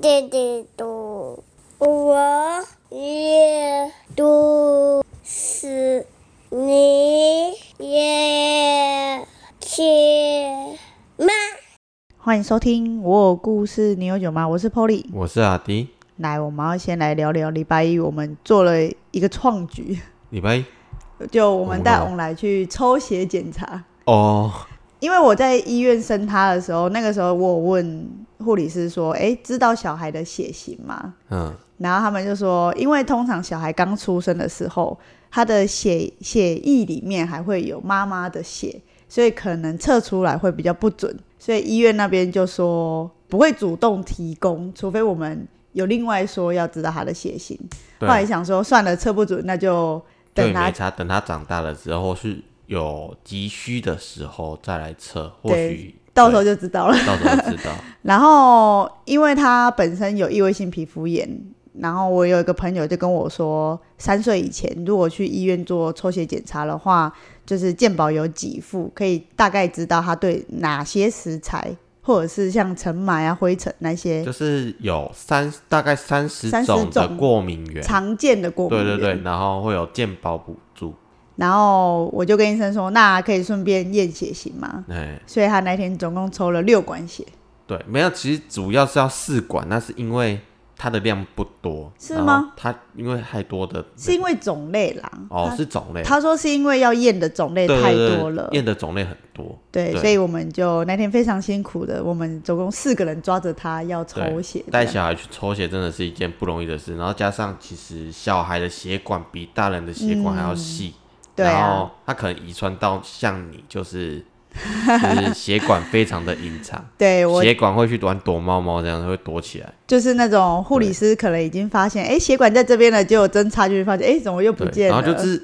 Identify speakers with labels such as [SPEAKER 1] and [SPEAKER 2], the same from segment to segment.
[SPEAKER 1] 弟弟读，我也读诗，你也听吗？
[SPEAKER 2] 欢迎收听《我有故事，你有酒吗》？我是 Polly。
[SPEAKER 3] 我是阿迪，
[SPEAKER 2] 来，我们要先来聊聊礼拜一我们做了一个创举，
[SPEAKER 3] 礼拜一
[SPEAKER 2] 就我们带
[SPEAKER 3] 哦
[SPEAKER 2] 翁来去抽血检查。
[SPEAKER 3] 哦，
[SPEAKER 2] 因为我在医院生他的时候，那个时候我有问护理师说：“哎，知道小孩的血型吗
[SPEAKER 3] 嗯，？”
[SPEAKER 2] 然后他们就说：“因为通常小孩刚出生的时候，他的血血液里面还会有妈妈的血，所以可能测出来会比较不准。所以医院那边就说不会主动提供，除非我们有另外说要知道他的血型。后
[SPEAKER 3] 对，
[SPEAKER 2] 来想说算了，测不准那就
[SPEAKER 3] 对，
[SPEAKER 2] 等
[SPEAKER 3] 没
[SPEAKER 2] 他
[SPEAKER 3] 差，等他长大了之后是有急需的时候再来测，或
[SPEAKER 2] 对
[SPEAKER 3] 许
[SPEAKER 2] 到时候
[SPEAKER 3] 对
[SPEAKER 2] 就知道了。
[SPEAKER 3] 到时候知 道，
[SPEAKER 2] 然后因为他本身有异位性皮肤炎，然后我有一个朋友就跟我说，三岁以前如果去医院做抽血检查的话，就是健保有几副，可以大概知道他对哪些食材，或者是像尘螨啊、灰尘那些
[SPEAKER 3] 就是有三大概三十
[SPEAKER 2] 30
[SPEAKER 3] 种的
[SPEAKER 2] 种
[SPEAKER 3] 过敏源，
[SPEAKER 2] 常见的过敏
[SPEAKER 3] 对
[SPEAKER 2] 源。
[SPEAKER 3] 对对，然后会有健保补助，
[SPEAKER 2] 然后我就跟医生说，那可以顺便验血型吗？
[SPEAKER 3] 哎，
[SPEAKER 2] 所以他那天总共抽了六管血，
[SPEAKER 3] 对，没有，其实主要是要试管，那是因为它的量不多，
[SPEAKER 2] 是
[SPEAKER 3] 然后
[SPEAKER 2] 吗
[SPEAKER 3] 它因为太多的
[SPEAKER 2] 是因为种类啦。
[SPEAKER 3] 哦
[SPEAKER 2] 他
[SPEAKER 3] 是种类，
[SPEAKER 2] 他说是因为要验的种类
[SPEAKER 3] 对对
[SPEAKER 2] 太
[SPEAKER 3] 对
[SPEAKER 2] 多了，
[SPEAKER 3] 验的种类很多，
[SPEAKER 2] 对，
[SPEAKER 3] 对
[SPEAKER 2] 所以我们就那天非常辛苦的，我们总共四个人抓着他要抽
[SPEAKER 3] 对
[SPEAKER 2] 血，
[SPEAKER 3] 带
[SPEAKER 2] 这样
[SPEAKER 3] 小孩去抽血真的是一件不容易的事，然后加上其实小孩的血管比大人的血管还要细，
[SPEAKER 2] 嗯对
[SPEAKER 3] 然
[SPEAKER 2] 啊
[SPEAKER 3] 后，他可能遗传到像你就是就是血管非常的隐藏，
[SPEAKER 2] 对我
[SPEAKER 3] 血管会去玩躲猫猫，这样会躲起来，
[SPEAKER 2] 就是那种护理师可能已经发现，哎，血管在这边了，结果针插进去发现，哎，怎么又不
[SPEAKER 3] 对，
[SPEAKER 2] 见
[SPEAKER 3] 然
[SPEAKER 2] 了？
[SPEAKER 3] 后就是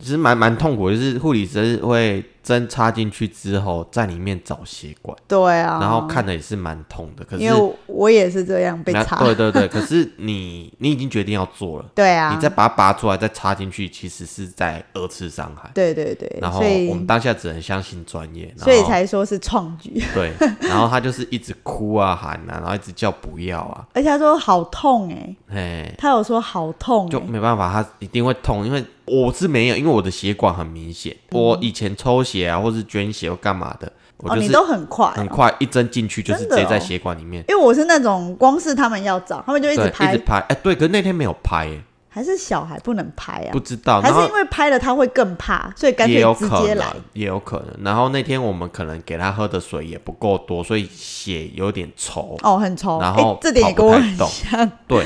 [SPEAKER 3] 其实蛮蛮痛苦的，就是护理师会针插进去之后在里面找血管，
[SPEAKER 2] 对啊，
[SPEAKER 3] 然后看的也是蛮痛的，可是
[SPEAKER 2] 因为我我也是这样被
[SPEAKER 3] 那
[SPEAKER 2] 插，
[SPEAKER 3] 对对对，可是你你已经决定要做了。
[SPEAKER 2] 对啊
[SPEAKER 3] 你，再把它拔出来，再插进去，其实是在二次伤害。
[SPEAKER 2] 对对对，
[SPEAKER 3] 然后
[SPEAKER 2] 所以
[SPEAKER 3] 我们当下只能相信专业，然后
[SPEAKER 2] 所以才说是创举，
[SPEAKER 3] 对。然后他就是一直哭啊、喊啊，然后一直叫不要啊，
[SPEAKER 2] 而且他说好痛哎，
[SPEAKER 3] 哎，
[SPEAKER 2] 他有说好痛
[SPEAKER 3] 就
[SPEAKER 2] 哎，
[SPEAKER 3] 没办法，他一定会痛，因为我是没有，因为我的血管很明显，
[SPEAKER 2] 嗯
[SPEAKER 3] 我以前抽血啊，或是捐血或干嘛的，我
[SPEAKER 2] 哦，
[SPEAKER 3] 就
[SPEAKER 2] 你
[SPEAKER 3] 是
[SPEAKER 2] 都很快哦，
[SPEAKER 3] 很快一针进去就是
[SPEAKER 2] 真
[SPEAKER 3] 直
[SPEAKER 2] 的
[SPEAKER 3] 接在
[SPEAKER 2] 哦
[SPEAKER 3] 血管里面，
[SPEAKER 2] 因为我是那种光是他们要找，他们就一
[SPEAKER 3] 对，
[SPEAKER 2] 直
[SPEAKER 3] 一
[SPEAKER 2] 拍
[SPEAKER 3] 直，拍，哎，对，可是那天没有拍，哎
[SPEAKER 2] 还是小孩不能拍啊
[SPEAKER 3] 不？知道，
[SPEAKER 2] 还
[SPEAKER 3] 然
[SPEAKER 2] 是
[SPEAKER 3] 后
[SPEAKER 2] 因为拍了他会更怕，所以干
[SPEAKER 3] 也
[SPEAKER 2] 脆
[SPEAKER 3] 有
[SPEAKER 2] 直
[SPEAKER 3] 可
[SPEAKER 2] 接来
[SPEAKER 3] 能。，也有可能。然后那天我们可能给他喝的水也不够多，所以血有点稠。
[SPEAKER 2] 哦，很稠，
[SPEAKER 3] 然后
[SPEAKER 2] 诶这点也跟我很像，
[SPEAKER 3] 对，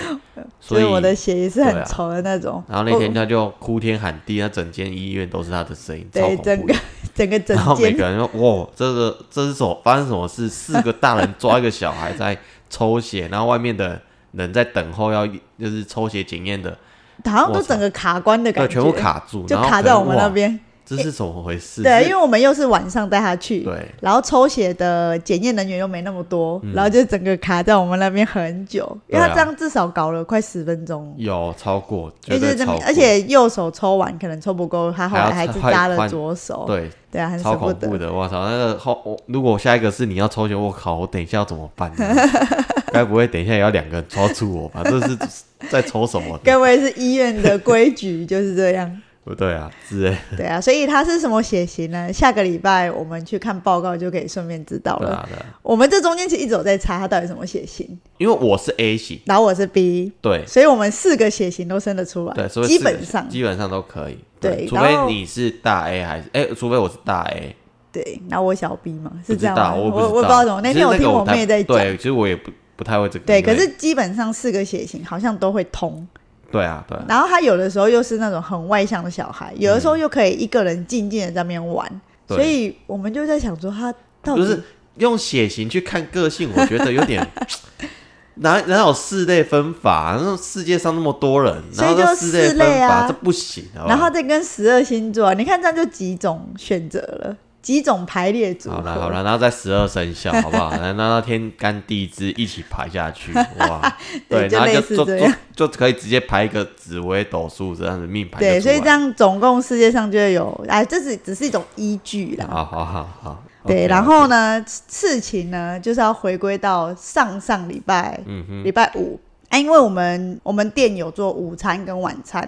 [SPEAKER 2] 所
[SPEAKER 3] 所
[SPEAKER 2] 以
[SPEAKER 3] 以
[SPEAKER 2] 我的血也是很
[SPEAKER 3] 对啊
[SPEAKER 2] 稠的那种。哦
[SPEAKER 3] 然后那天
[SPEAKER 2] 我
[SPEAKER 3] 他就哭天喊地，那整间医院都是他的声音，超
[SPEAKER 2] 对
[SPEAKER 3] 恐
[SPEAKER 2] 整
[SPEAKER 3] 怖
[SPEAKER 2] 个
[SPEAKER 3] 的。
[SPEAKER 2] 整个
[SPEAKER 3] 然后
[SPEAKER 2] 整
[SPEAKER 3] 每
[SPEAKER 2] 间
[SPEAKER 3] 个人说：“哇，这个这是什么？发生什么事？四个大人抓一个小孩在抽血，然后外面的人在等候要就是抽血检验的，
[SPEAKER 2] 好像都
[SPEAKER 3] 我操
[SPEAKER 2] 整个卡关的感
[SPEAKER 3] 对，
[SPEAKER 2] 觉，
[SPEAKER 3] 全部，卡住，
[SPEAKER 2] 就
[SPEAKER 3] 然后
[SPEAKER 2] 卡
[SPEAKER 3] 可
[SPEAKER 2] 在
[SPEAKER 3] 能
[SPEAKER 2] 我们那。边。
[SPEAKER 3] 哇这是怎么回事？
[SPEAKER 2] 对，
[SPEAKER 3] 是
[SPEAKER 2] 因为我们又是晚上带他去，
[SPEAKER 3] 对嗯
[SPEAKER 2] 然后抽血的检验人员又没那么多，然后就整个卡在我们那边很久，因
[SPEAKER 3] 对
[SPEAKER 2] 为
[SPEAKER 3] 啊
[SPEAKER 2] 他这样至少搞了快十分钟。
[SPEAKER 3] 有超过，
[SPEAKER 2] 因为
[SPEAKER 3] 绝
[SPEAKER 2] 就是
[SPEAKER 3] 对
[SPEAKER 2] 这
[SPEAKER 3] 超
[SPEAKER 2] 边
[SPEAKER 3] 过，，
[SPEAKER 2] 而且右手抽完可能抽不够，他后来
[SPEAKER 3] 还要
[SPEAKER 2] 还是
[SPEAKER 3] 换
[SPEAKER 2] 扎了
[SPEAKER 3] 换
[SPEAKER 2] 左手，
[SPEAKER 3] 对，
[SPEAKER 2] 对啊，很舍
[SPEAKER 3] 超
[SPEAKER 2] 不
[SPEAKER 3] 恐
[SPEAKER 2] 得
[SPEAKER 3] 怖。的，我操！那个后，我如果下一个是你要抽血，我靠，我等一下要怎么办呢？该不会等一下也要两个人抓住我吧？这是在抽什么？
[SPEAKER 2] 该不会是医院的规矩就是这 样？
[SPEAKER 3] 不对啊，之类
[SPEAKER 2] 对啊，所以他是什么血型呢？下个礼拜我们去看报告就可以顺便知道
[SPEAKER 3] 的
[SPEAKER 2] 了。
[SPEAKER 3] 啊对啊。
[SPEAKER 2] 我们这中间其实一直有在查他到底什么血型，
[SPEAKER 3] 因为我是 A 型，
[SPEAKER 2] 然后我是 B，
[SPEAKER 3] 对
[SPEAKER 2] 所以我们四个血型都生得出来，
[SPEAKER 3] 对，所以
[SPEAKER 2] 基
[SPEAKER 3] 是
[SPEAKER 2] 本上
[SPEAKER 3] 基本上都可以。
[SPEAKER 2] 对
[SPEAKER 3] 除
[SPEAKER 2] 然后
[SPEAKER 3] 非你是大 A 还是哎，除非我是大 A，
[SPEAKER 2] 对。然后我小 B 嘛，
[SPEAKER 3] 不
[SPEAKER 2] 是这
[SPEAKER 3] 知
[SPEAKER 2] 样吗？
[SPEAKER 3] 道我
[SPEAKER 2] 我
[SPEAKER 3] 不知
[SPEAKER 2] 我不知道怎么，那
[SPEAKER 3] 其
[SPEAKER 2] 天
[SPEAKER 3] 实
[SPEAKER 2] 我
[SPEAKER 3] 那
[SPEAKER 2] 听
[SPEAKER 3] 个
[SPEAKER 2] 我
[SPEAKER 3] 太
[SPEAKER 2] 妹在讲，
[SPEAKER 3] 对，其实我也不不太会这个。
[SPEAKER 2] 对，
[SPEAKER 3] 因为
[SPEAKER 2] 可是基本上四个血型好像都会通。
[SPEAKER 3] 对啊，对啊，
[SPEAKER 2] 然后他有的时候又是那种很外向的小孩，有的时候又可以一个人静静的在那边玩，
[SPEAKER 3] 嗯对
[SPEAKER 2] 所以我们就在想说他到底
[SPEAKER 3] 就是用血型去看个性，我觉得有 点哪哪有四类分法？那世界上那么多人，
[SPEAKER 2] 所以
[SPEAKER 3] 然后
[SPEAKER 2] 就
[SPEAKER 3] 这四类
[SPEAKER 2] 四
[SPEAKER 3] 分
[SPEAKER 2] 类
[SPEAKER 3] 法，
[SPEAKER 2] 啊
[SPEAKER 3] 这不行。好不好
[SPEAKER 2] 然后再跟十二星座，你看这样就几种选择了，几种排列组合。，
[SPEAKER 3] 好了好了，然后再十二生肖，好不好？然后那天干地支一起排下去，哇
[SPEAKER 2] 对就
[SPEAKER 3] 然后
[SPEAKER 2] 类
[SPEAKER 3] 就
[SPEAKER 2] 似
[SPEAKER 3] 就
[SPEAKER 2] 这
[SPEAKER 3] 就
[SPEAKER 2] 样
[SPEAKER 3] 就可以直接排一个紫微斗数这样子命盘就出来。
[SPEAKER 2] 对，所以这样总共世界上就会有，哎，这只只是一种依据啦。
[SPEAKER 3] 好好好好，
[SPEAKER 2] 对
[SPEAKER 3] OK，
[SPEAKER 2] 然后呢，事情呢就是要回归到上上礼拜，礼拜五啊，因为我们我们店有做午餐跟晚餐，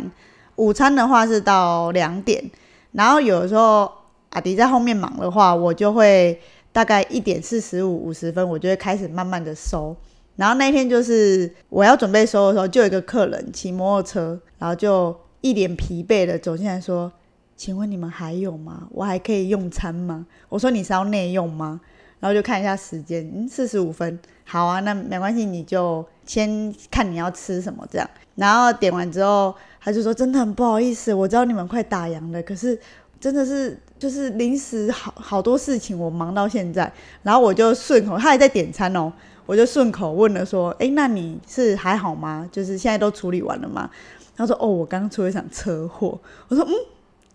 [SPEAKER 2] 午餐的话是到两点，然后有的时候阿迪在后面忙的话，我就会大概一点四十五、五十分，我就会开始慢慢的收。然后那天就是我要准备收的时候，就有一个客人骑摩托车，然后就一脸疲惫的走进来说：“请问你们还有吗？我还可以用餐吗？”我说：“你是要内用吗？”然后就看一下时间，嗯，四十五分，好啊，那没关系，你就先看你要吃什么这样。然后点完之后，他就说：“真的很不好意思，我知道你们快打烊了，可是真的是就是临时好好多事情，我忙到现在。”然后我就顺口，他还在点餐哦，我就顺口问了说：“诶，那你是还好吗？就是现在都处理完了吗？”他说：“哦，我刚出了一场车祸。”我说：“嗯，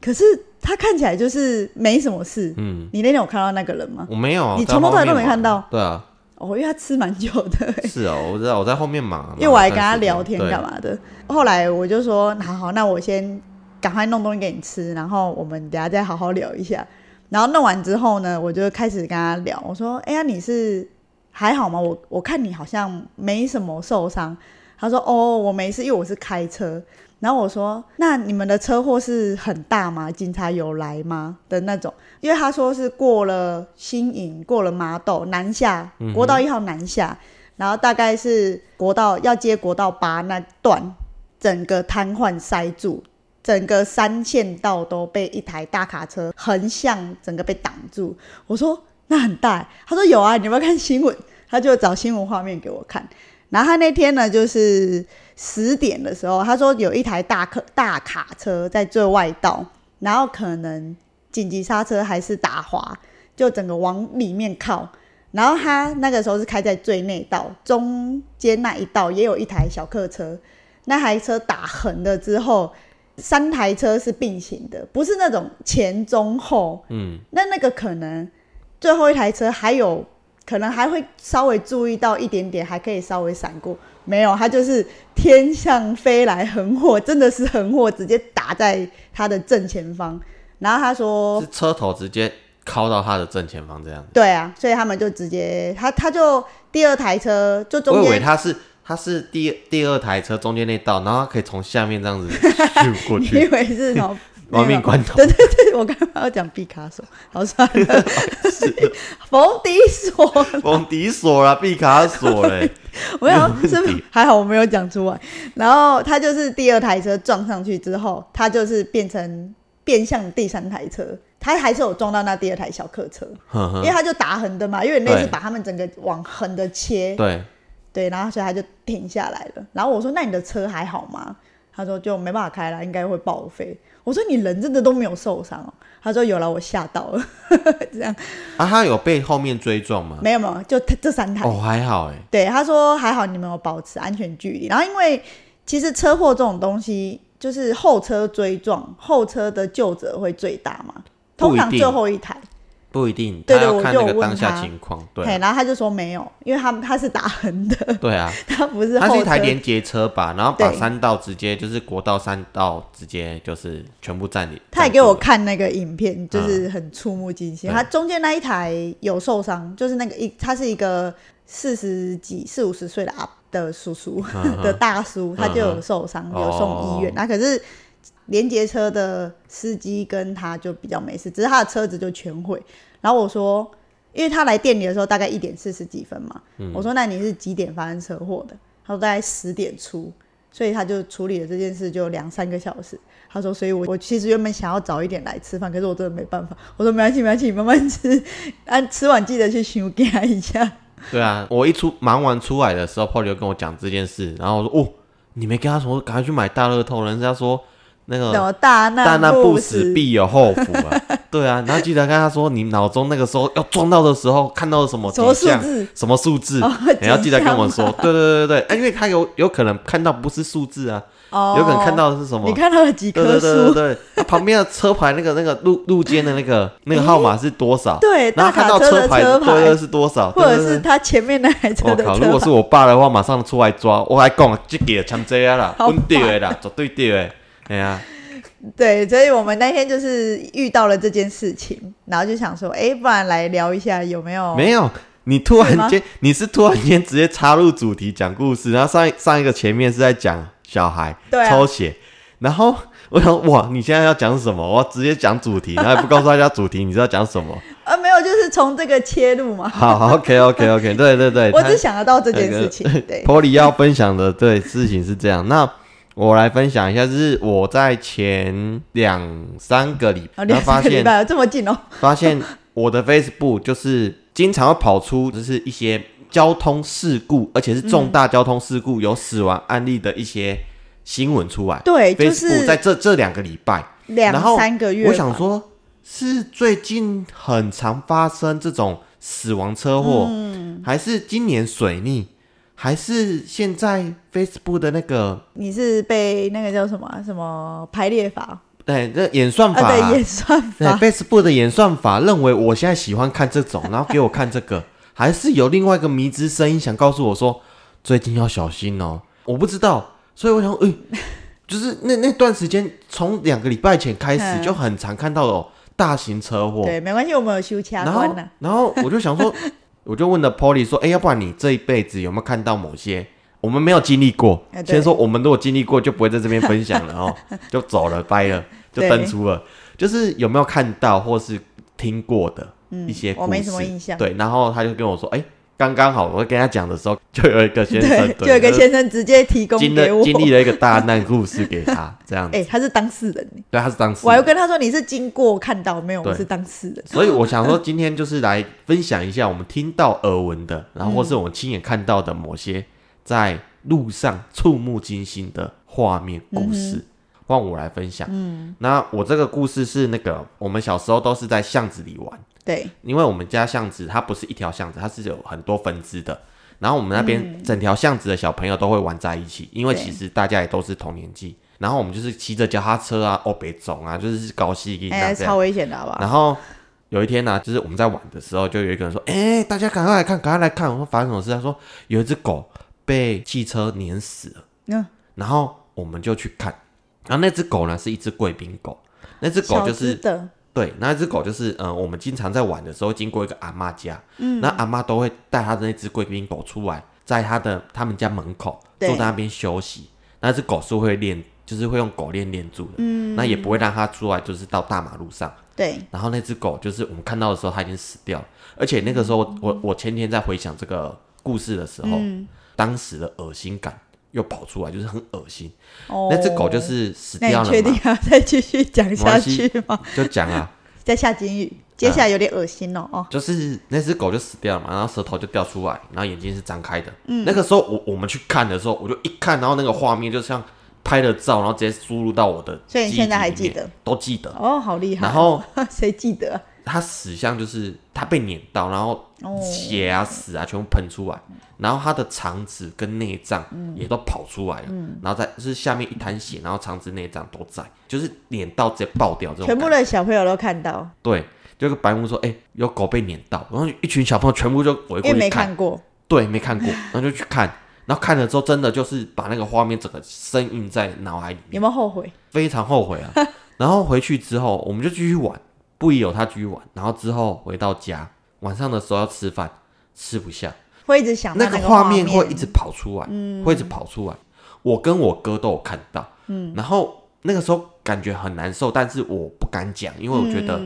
[SPEAKER 2] 可是他看起来就是没什么事。
[SPEAKER 3] 嗯，
[SPEAKER 2] 你那天有看到那个人吗？”
[SPEAKER 3] 我没有啊，
[SPEAKER 2] 你
[SPEAKER 3] 我在
[SPEAKER 2] 从头到尾都
[SPEAKER 3] 后面
[SPEAKER 2] 没看
[SPEAKER 3] 忙
[SPEAKER 2] 到。
[SPEAKER 3] 对啊，
[SPEAKER 2] 哦，因为他吃蛮久 的、欸
[SPEAKER 3] 是哦，我知道我在后面忙 啊，
[SPEAKER 2] 因为我还跟
[SPEAKER 3] 忙
[SPEAKER 2] 他
[SPEAKER 3] 了一段
[SPEAKER 2] 聊
[SPEAKER 3] 时间
[SPEAKER 2] 天干？嘛的。后来我就说，那好，那我先赶快弄东西给你吃，然后我们等下再好好聊一下。然后弄完之后呢，我就开始跟他聊，我说：“哎、呀，你是还好吗？我我看你好像没什么受伤。”他说：“哦，我没事，因为我是开车。”然后我说：“那你们的车祸是很大吗？警察有来吗？的那种？”因为他说是过了新营，过了麻豆南下，
[SPEAKER 3] 嗯
[SPEAKER 2] 国道一号南下，然后大概是国道要接国道八那段，整个瘫痪塞住，整个三线道都被一台大卡车横向整个被挡住。我说那很大欸、他说有啊，你有没有看新闻？他就找新闻画面给我看。然后他那天呢，就是十点的时候，他说有一台大客大卡车在最外道，然后可能紧急刹车还是打滑，就整个往里面靠。然后他那个时候是开在最内道，中间那一道也有一台小客车，那台车打横了之后，三台车是并行的，不是那种前中后。
[SPEAKER 3] 嗯，
[SPEAKER 2] 那那个可能最后一台车还有可能还会稍微注意到一点点，还可以稍微闪过。没有，他就是天象飞来横祸，真的是横祸，直接打在他的正前方。然后他说
[SPEAKER 3] 是车头直接靠到他的正前方这样子。
[SPEAKER 2] 对啊，所以他们就直接他他就第二台车就中
[SPEAKER 3] 我以 为
[SPEAKER 2] 间
[SPEAKER 3] 他是他是第第二台车中间那道，然后他可以从下面这样子 咻过
[SPEAKER 2] 你以
[SPEAKER 3] 去，
[SPEAKER 2] 为是什 么？
[SPEAKER 3] 亡命关头
[SPEAKER 2] 对对对，我刚刚要讲毕卡索，好算 了，冯迪索，
[SPEAKER 3] 蒙迪索啦，啊毕卡 索嘞，
[SPEAKER 2] 我想说是不
[SPEAKER 3] 没有问
[SPEAKER 2] 是
[SPEAKER 3] 题
[SPEAKER 2] 还好我没有讲出来。然后他就是第二台车撞上去之后，他就是变成变向第三台车，他还是有撞到那第二台小客车，
[SPEAKER 3] 呵
[SPEAKER 2] 因
[SPEAKER 3] 呵
[SPEAKER 2] 为他就打横的嘛，因为那是
[SPEAKER 3] 对
[SPEAKER 2] 把他们整个往横的切，
[SPEAKER 3] 对，
[SPEAKER 2] 对，然后所以他就停下来了。然后我说：“那你的车还好吗？”他说：“就没办法开了，应该会报废。”我说：“你人真的都没有受伤哦？”他说：“有了，我吓到了。 ？
[SPEAKER 3] 啊，他有被后面追撞吗
[SPEAKER 2] 没有没有，就这这三台。
[SPEAKER 3] 哦，还好哎，
[SPEAKER 2] 对，他说还好你们有保持安全距离。然后因为其实车祸这种东西，就是后车追撞，后车的救责会最大嘛，通常
[SPEAKER 3] 不一定
[SPEAKER 2] 最后一台。
[SPEAKER 3] 不一定，他
[SPEAKER 2] 对对
[SPEAKER 3] 要
[SPEAKER 2] 我
[SPEAKER 3] 看
[SPEAKER 2] 就
[SPEAKER 3] 那
[SPEAKER 2] 有
[SPEAKER 3] 个
[SPEAKER 2] 问
[SPEAKER 3] 当下
[SPEAKER 2] 他
[SPEAKER 3] 情况，
[SPEAKER 2] 嘿
[SPEAKER 3] 对啊
[SPEAKER 2] 然后他就说没有，因为他他是打横的，
[SPEAKER 3] 对啊，
[SPEAKER 2] 他不是后
[SPEAKER 3] 它
[SPEAKER 2] 车。
[SPEAKER 3] 是一台连接车吧，然后把
[SPEAKER 2] 对
[SPEAKER 3] 三道直接就是国道三道直接就是全部占领。
[SPEAKER 2] 他也给我
[SPEAKER 3] 占住了
[SPEAKER 2] 看那个影片，就是很触目惊心。
[SPEAKER 3] 嗯对
[SPEAKER 2] 他中间那一台有受伤，就是那个一，他是一个四十几、四五十岁的阿的叔叔的大叔，他就有受伤，
[SPEAKER 3] 嗯
[SPEAKER 2] 有送医院
[SPEAKER 3] 哦。
[SPEAKER 2] 那可是连接车的司机跟他就比较没事，只是他的车子就全毁。然后我说，因为他来店里的时候大概一点四十几分嘛，
[SPEAKER 3] 嗯
[SPEAKER 2] 我说那你是几点发生车祸的？他说大概十点出，所以他就处理了这件事就两三个小时。他说，所以我我其实原本想要早一点来吃饭，可是我真的没办法。我说没关系，没关系，你慢慢吃，啊，吃完记得去修改一下。
[SPEAKER 3] 对啊，我一出忙完出来的时候 p o 就跟我讲这件事，然后我说哦，你没跟他说赶快去买大乐透，人家说那
[SPEAKER 2] 什
[SPEAKER 3] 个
[SPEAKER 2] 么大
[SPEAKER 3] 嗯大
[SPEAKER 2] 难
[SPEAKER 3] 难
[SPEAKER 2] 不
[SPEAKER 3] 不死必有后福啊。 对啊，然后记得跟他说，你脑中那个时候要撞到的时候看到了什么
[SPEAKER 2] 什么
[SPEAKER 3] 景象
[SPEAKER 2] 数字
[SPEAKER 3] 什么数字
[SPEAKER 2] 哦，
[SPEAKER 3] 你要记得
[SPEAKER 2] 景象
[SPEAKER 3] 跟我说。
[SPEAKER 2] 吗
[SPEAKER 3] 对对对对，哎因为他有有可能看到不是数字啊，
[SPEAKER 2] 哦，
[SPEAKER 3] 有可能看到的是什么
[SPEAKER 2] 你看到了几
[SPEAKER 3] 对
[SPEAKER 2] 棵
[SPEAKER 3] 对对对
[SPEAKER 2] 树？
[SPEAKER 3] 对，它旁边的车牌那个那个路路肩的那个那个号码是多少？
[SPEAKER 2] 对
[SPEAKER 3] 然
[SPEAKER 2] 大
[SPEAKER 3] 后看
[SPEAKER 2] 卡
[SPEAKER 3] 到
[SPEAKER 2] 车的
[SPEAKER 3] 牌
[SPEAKER 2] 车
[SPEAKER 3] 对对
[SPEAKER 2] 牌
[SPEAKER 3] 是多少，
[SPEAKER 2] 或者是
[SPEAKER 3] 对对对
[SPEAKER 2] 他前面那 台车
[SPEAKER 3] 我
[SPEAKER 2] 的
[SPEAKER 3] 哦靠！如
[SPEAKER 2] 车
[SPEAKER 3] 果是
[SPEAKER 2] 牌？
[SPEAKER 3] 我爸的话，马上出来抓，我还讲这个像这样啦，
[SPEAKER 2] 好
[SPEAKER 3] 稳对的啦，绝对对的，哎呀，
[SPEAKER 2] 对，所以我们那天就是遇到了这件事情，然后就想说，哎，不然来聊一下有没有？
[SPEAKER 3] 没有，你突
[SPEAKER 2] 哦是吗
[SPEAKER 3] 然间你是突然间直接插入主题讲故事，然后上一上一个前面是在讲小孩、
[SPEAKER 2] 对啊
[SPEAKER 3] 抽血，然后我想哇，你现在要讲什么？我要直接讲主题，然后也不告诉大家主题，你知道讲什么？
[SPEAKER 2] 呃，没有，就是从这个切入嘛。
[SPEAKER 3] 好，OK OK OK，对对对，
[SPEAKER 2] 我
[SPEAKER 3] 他
[SPEAKER 2] 只想得到这件
[SPEAKER 3] 那
[SPEAKER 2] 事
[SPEAKER 3] 个
[SPEAKER 2] 情，对
[SPEAKER 3] p，o l y 要分享的对事情是这样，那我来分享一下，就是我在前两三个礼
[SPEAKER 2] 啊，
[SPEAKER 3] 拜，然
[SPEAKER 2] 两
[SPEAKER 3] 后发
[SPEAKER 2] 三个礼
[SPEAKER 3] 现
[SPEAKER 2] 拜了这么近哦，
[SPEAKER 3] 发现我的 Facebook 就是经常会跑出就是一些交通事故，而且是重大交通事故、有死亡案例的一些新闻出来。
[SPEAKER 2] 对就
[SPEAKER 3] Facebook
[SPEAKER 2] 是
[SPEAKER 3] 在这这两个礼拜，
[SPEAKER 2] 两
[SPEAKER 3] 然后
[SPEAKER 2] 三个月吧。
[SPEAKER 3] 我想说，是最近很常发生这种死亡车祸，
[SPEAKER 2] 嗯
[SPEAKER 3] 还是今年水逆，还是现在 Facebook 的那个
[SPEAKER 2] 你是被那个叫什么啊什么排列法
[SPEAKER 3] 哎那演算法、
[SPEAKER 2] 啊？对，演算
[SPEAKER 3] 对
[SPEAKER 2] 法。
[SPEAKER 3] Facebook 的演算法认为我现在喜欢看这种，然后给我看这个，还是有另外一个迷之声音想告诉我说，最近要小心哦。我不知道，所以我想，诶，就是那那段时间，从两个礼拜前开始
[SPEAKER 2] 嗯
[SPEAKER 3] 就很常看到有大型车祸，
[SPEAKER 2] 对，没关系，我们有修掐
[SPEAKER 3] 然后
[SPEAKER 2] 关呢。
[SPEAKER 3] 然后我就想 说，我就问了 Polly 说，哎、要不然你这一辈子有没有看到某些？我们没有经历过，
[SPEAKER 2] 哎对
[SPEAKER 3] 先说我们如果经历过，就不会在这边分享了 哦，就走了，掰了，就
[SPEAKER 2] 对
[SPEAKER 3] 登出了。就是有没有看到或是听过的一些故
[SPEAKER 2] 嗯
[SPEAKER 3] 事？
[SPEAKER 2] 我没什么印象
[SPEAKER 3] 对，然后他就跟我说，哎、刚刚好，我跟他讲的时候，就有一个先生
[SPEAKER 2] 对，，就有一个
[SPEAKER 3] 就
[SPEAKER 2] 先生直接提供
[SPEAKER 3] 经
[SPEAKER 2] 给我
[SPEAKER 3] 了，经历了一个大难故事给他，这样子。
[SPEAKER 2] 哎，他是当事人呢，
[SPEAKER 3] 对，他是当时
[SPEAKER 2] 我还跟他说你是经过看到没有？
[SPEAKER 3] 对
[SPEAKER 2] 我是当事人。
[SPEAKER 3] 所以我想说，今天就是来分享一下我们听到耳闻的，然后或是我们亲眼看到的某些在路上触目惊心的画面故
[SPEAKER 2] 嗯
[SPEAKER 3] 事，换、我来分享。嗯，那我这个故事是那个我们小时候都是在巷子里玩，
[SPEAKER 2] 对，
[SPEAKER 3] 因为我们家巷子它不是一条巷子，它是有很多分支的。然后我们那边整条巷子的小朋友都会玩在一起，因为
[SPEAKER 2] 嗯对
[SPEAKER 3] 其实大家也都是同年纪。然后我们就是骑着脚踏车啊，哦北总啊，就是搞戏给
[SPEAKER 2] 哎，
[SPEAKER 3] 那这样
[SPEAKER 2] 超。危险的好不好？
[SPEAKER 3] 然后有一天呢、就是我们在玩的时候，就有一个人说：“哎、大家赶快来看，赶快来看！”我说：“发生什么事？”他说：“有一只狗被汽车碾死了。”
[SPEAKER 2] 嗯，
[SPEAKER 3] 然后我们就去看，然后那只狗呢是一只贵宾狗，那只狗
[SPEAKER 2] 小
[SPEAKER 3] 就
[SPEAKER 2] 只
[SPEAKER 3] 是
[SPEAKER 2] 的，
[SPEAKER 3] 对，那只狗就是嗯、呃我们经常在玩的时候经过一个阿妈家，嗯，那阿妈都会带她的那只贵宾狗出来，在她的他们家门口
[SPEAKER 2] 对
[SPEAKER 3] 坐在那边休息。那只狗是会练，就是会用狗链链住的，嗯，那也不会让它出来，就是到大马路上。
[SPEAKER 2] 对，
[SPEAKER 3] 然后那只狗就是我们看到的时候，它已经死掉了。而且那个时候
[SPEAKER 2] 嗯
[SPEAKER 3] 我，我我前天在回想这个故事的时候，当时的恶心感又跑出来，就是很恶心。
[SPEAKER 2] 哦，
[SPEAKER 3] 那只狗就。是死
[SPEAKER 2] 那
[SPEAKER 3] 掉
[SPEAKER 2] 你
[SPEAKER 3] 了
[SPEAKER 2] 确定
[SPEAKER 3] 嘛，
[SPEAKER 2] 要再继续讲
[SPEAKER 3] 没
[SPEAKER 2] 下
[SPEAKER 3] 关系
[SPEAKER 2] 去 吗？
[SPEAKER 3] 就讲啊，
[SPEAKER 2] 在下金鱼，接下来有点恶心哦。哦，
[SPEAKER 3] 就是那只狗就死掉了嘛，然后舌头就掉出来，然后眼睛是张开的。
[SPEAKER 2] 嗯
[SPEAKER 3] 那个时候我我们去看的时候，我就一看，然后那个画面就像拍了照，然后直接输入到我的，
[SPEAKER 2] 所以你现在还记得？
[SPEAKER 3] 都记得。
[SPEAKER 2] 哦，好厉害。
[SPEAKER 3] 啊然后
[SPEAKER 2] 谁记得啊？
[SPEAKER 3] 他死相就是他被碾到，然后
[SPEAKER 2] 哦
[SPEAKER 3] 血啊、屎啊全部喷出来，然后他的肠子跟内脏也都跑出来了，
[SPEAKER 2] 嗯
[SPEAKER 3] 然后再就是下面一滩血，然后肠子、内脏都在，就是碾到直接爆掉这种
[SPEAKER 2] 全
[SPEAKER 3] 感
[SPEAKER 2] 部
[SPEAKER 3] 觉。
[SPEAKER 2] 的小朋友都看到，
[SPEAKER 3] 对，就有个白目说：“哎、有狗被碾到。”然后一群小朋友全部就围过
[SPEAKER 2] 因为
[SPEAKER 3] 去
[SPEAKER 2] 没
[SPEAKER 3] 看，
[SPEAKER 2] 看过。
[SPEAKER 3] 对，没看过，然后就去看，然后看了之后真的就是把那个画面整个深印在脑海里面
[SPEAKER 2] 有。没有后悔？
[SPEAKER 3] 非常后悔啊。然后回去之后，我们就继续玩，不宜有他继续玩。然后之后回到家，晚上的时候要吃饭，吃不下，
[SPEAKER 2] 会一直想到
[SPEAKER 3] 那个
[SPEAKER 2] 个
[SPEAKER 3] 画
[SPEAKER 2] 面嗯
[SPEAKER 3] 面会一直跑出来，会一直跑出来。我跟我哥都有看到，嗯，然后那个时候感觉很难受，但是我不敢讲，因为我觉得。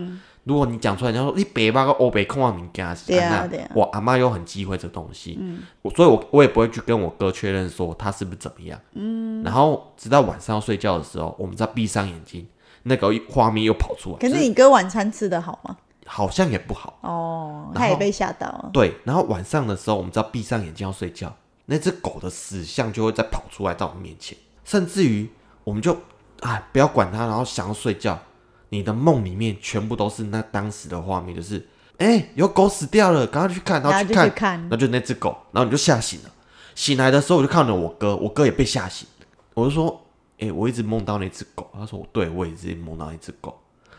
[SPEAKER 3] 如果你讲出来，人家说你北巴个欧北控啊敏感啊，
[SPEAKER 2] 嗯对啊
[SPEAKER 3] 那
[SPEAKER 2] 对啊嗯
[SPEAKER 3] 我阿妈又很忌讳这个东西，我所以我我也不会去跟我哥确认说他是不是怎么样，嗯，然后直到晚上要睡觉的时候，我们再闭上眼睛，那个画面又跑出来，
[SPEAKER 2] 可是
[SPEAKER 3] 就
[SPEAKER 2] 你哥晚餐吃的好吗？
[SPEAKER 3] 好像也不好，
[SPEAKER 2] 哦，
[SPEAKER 3] 然后
[SPEAKER 2] 他也被吓到了。
[SPEAKER 3] 对，然后晚上的时候，我们只要闭上眼睛要睡觉，那只狗的死相就会再跑出来到我们面前，甚至于我们就哎不要管它，然后想要睡觉，你的梦里面全部都是那当时的画面，就是哎、有狗死掉了，赶快去看，
[SPEAKER 2] 然
[SPEAKER 3] 然后
[SPEAKER 2] 后
[SPEAKER 3] 去
[SPEAKER 2] 就
[SPEAKER 3] 看，
[SPEAKER 2] 去看
[SPEAKER 3] 然，后就那只狗，然后你就吓醒了。醒来的时候，我就看到我哥，我哥也被吓醒，我就说：“哎、我一直梦到那只狗。”他说：“对，我也一直梦到那只狗。”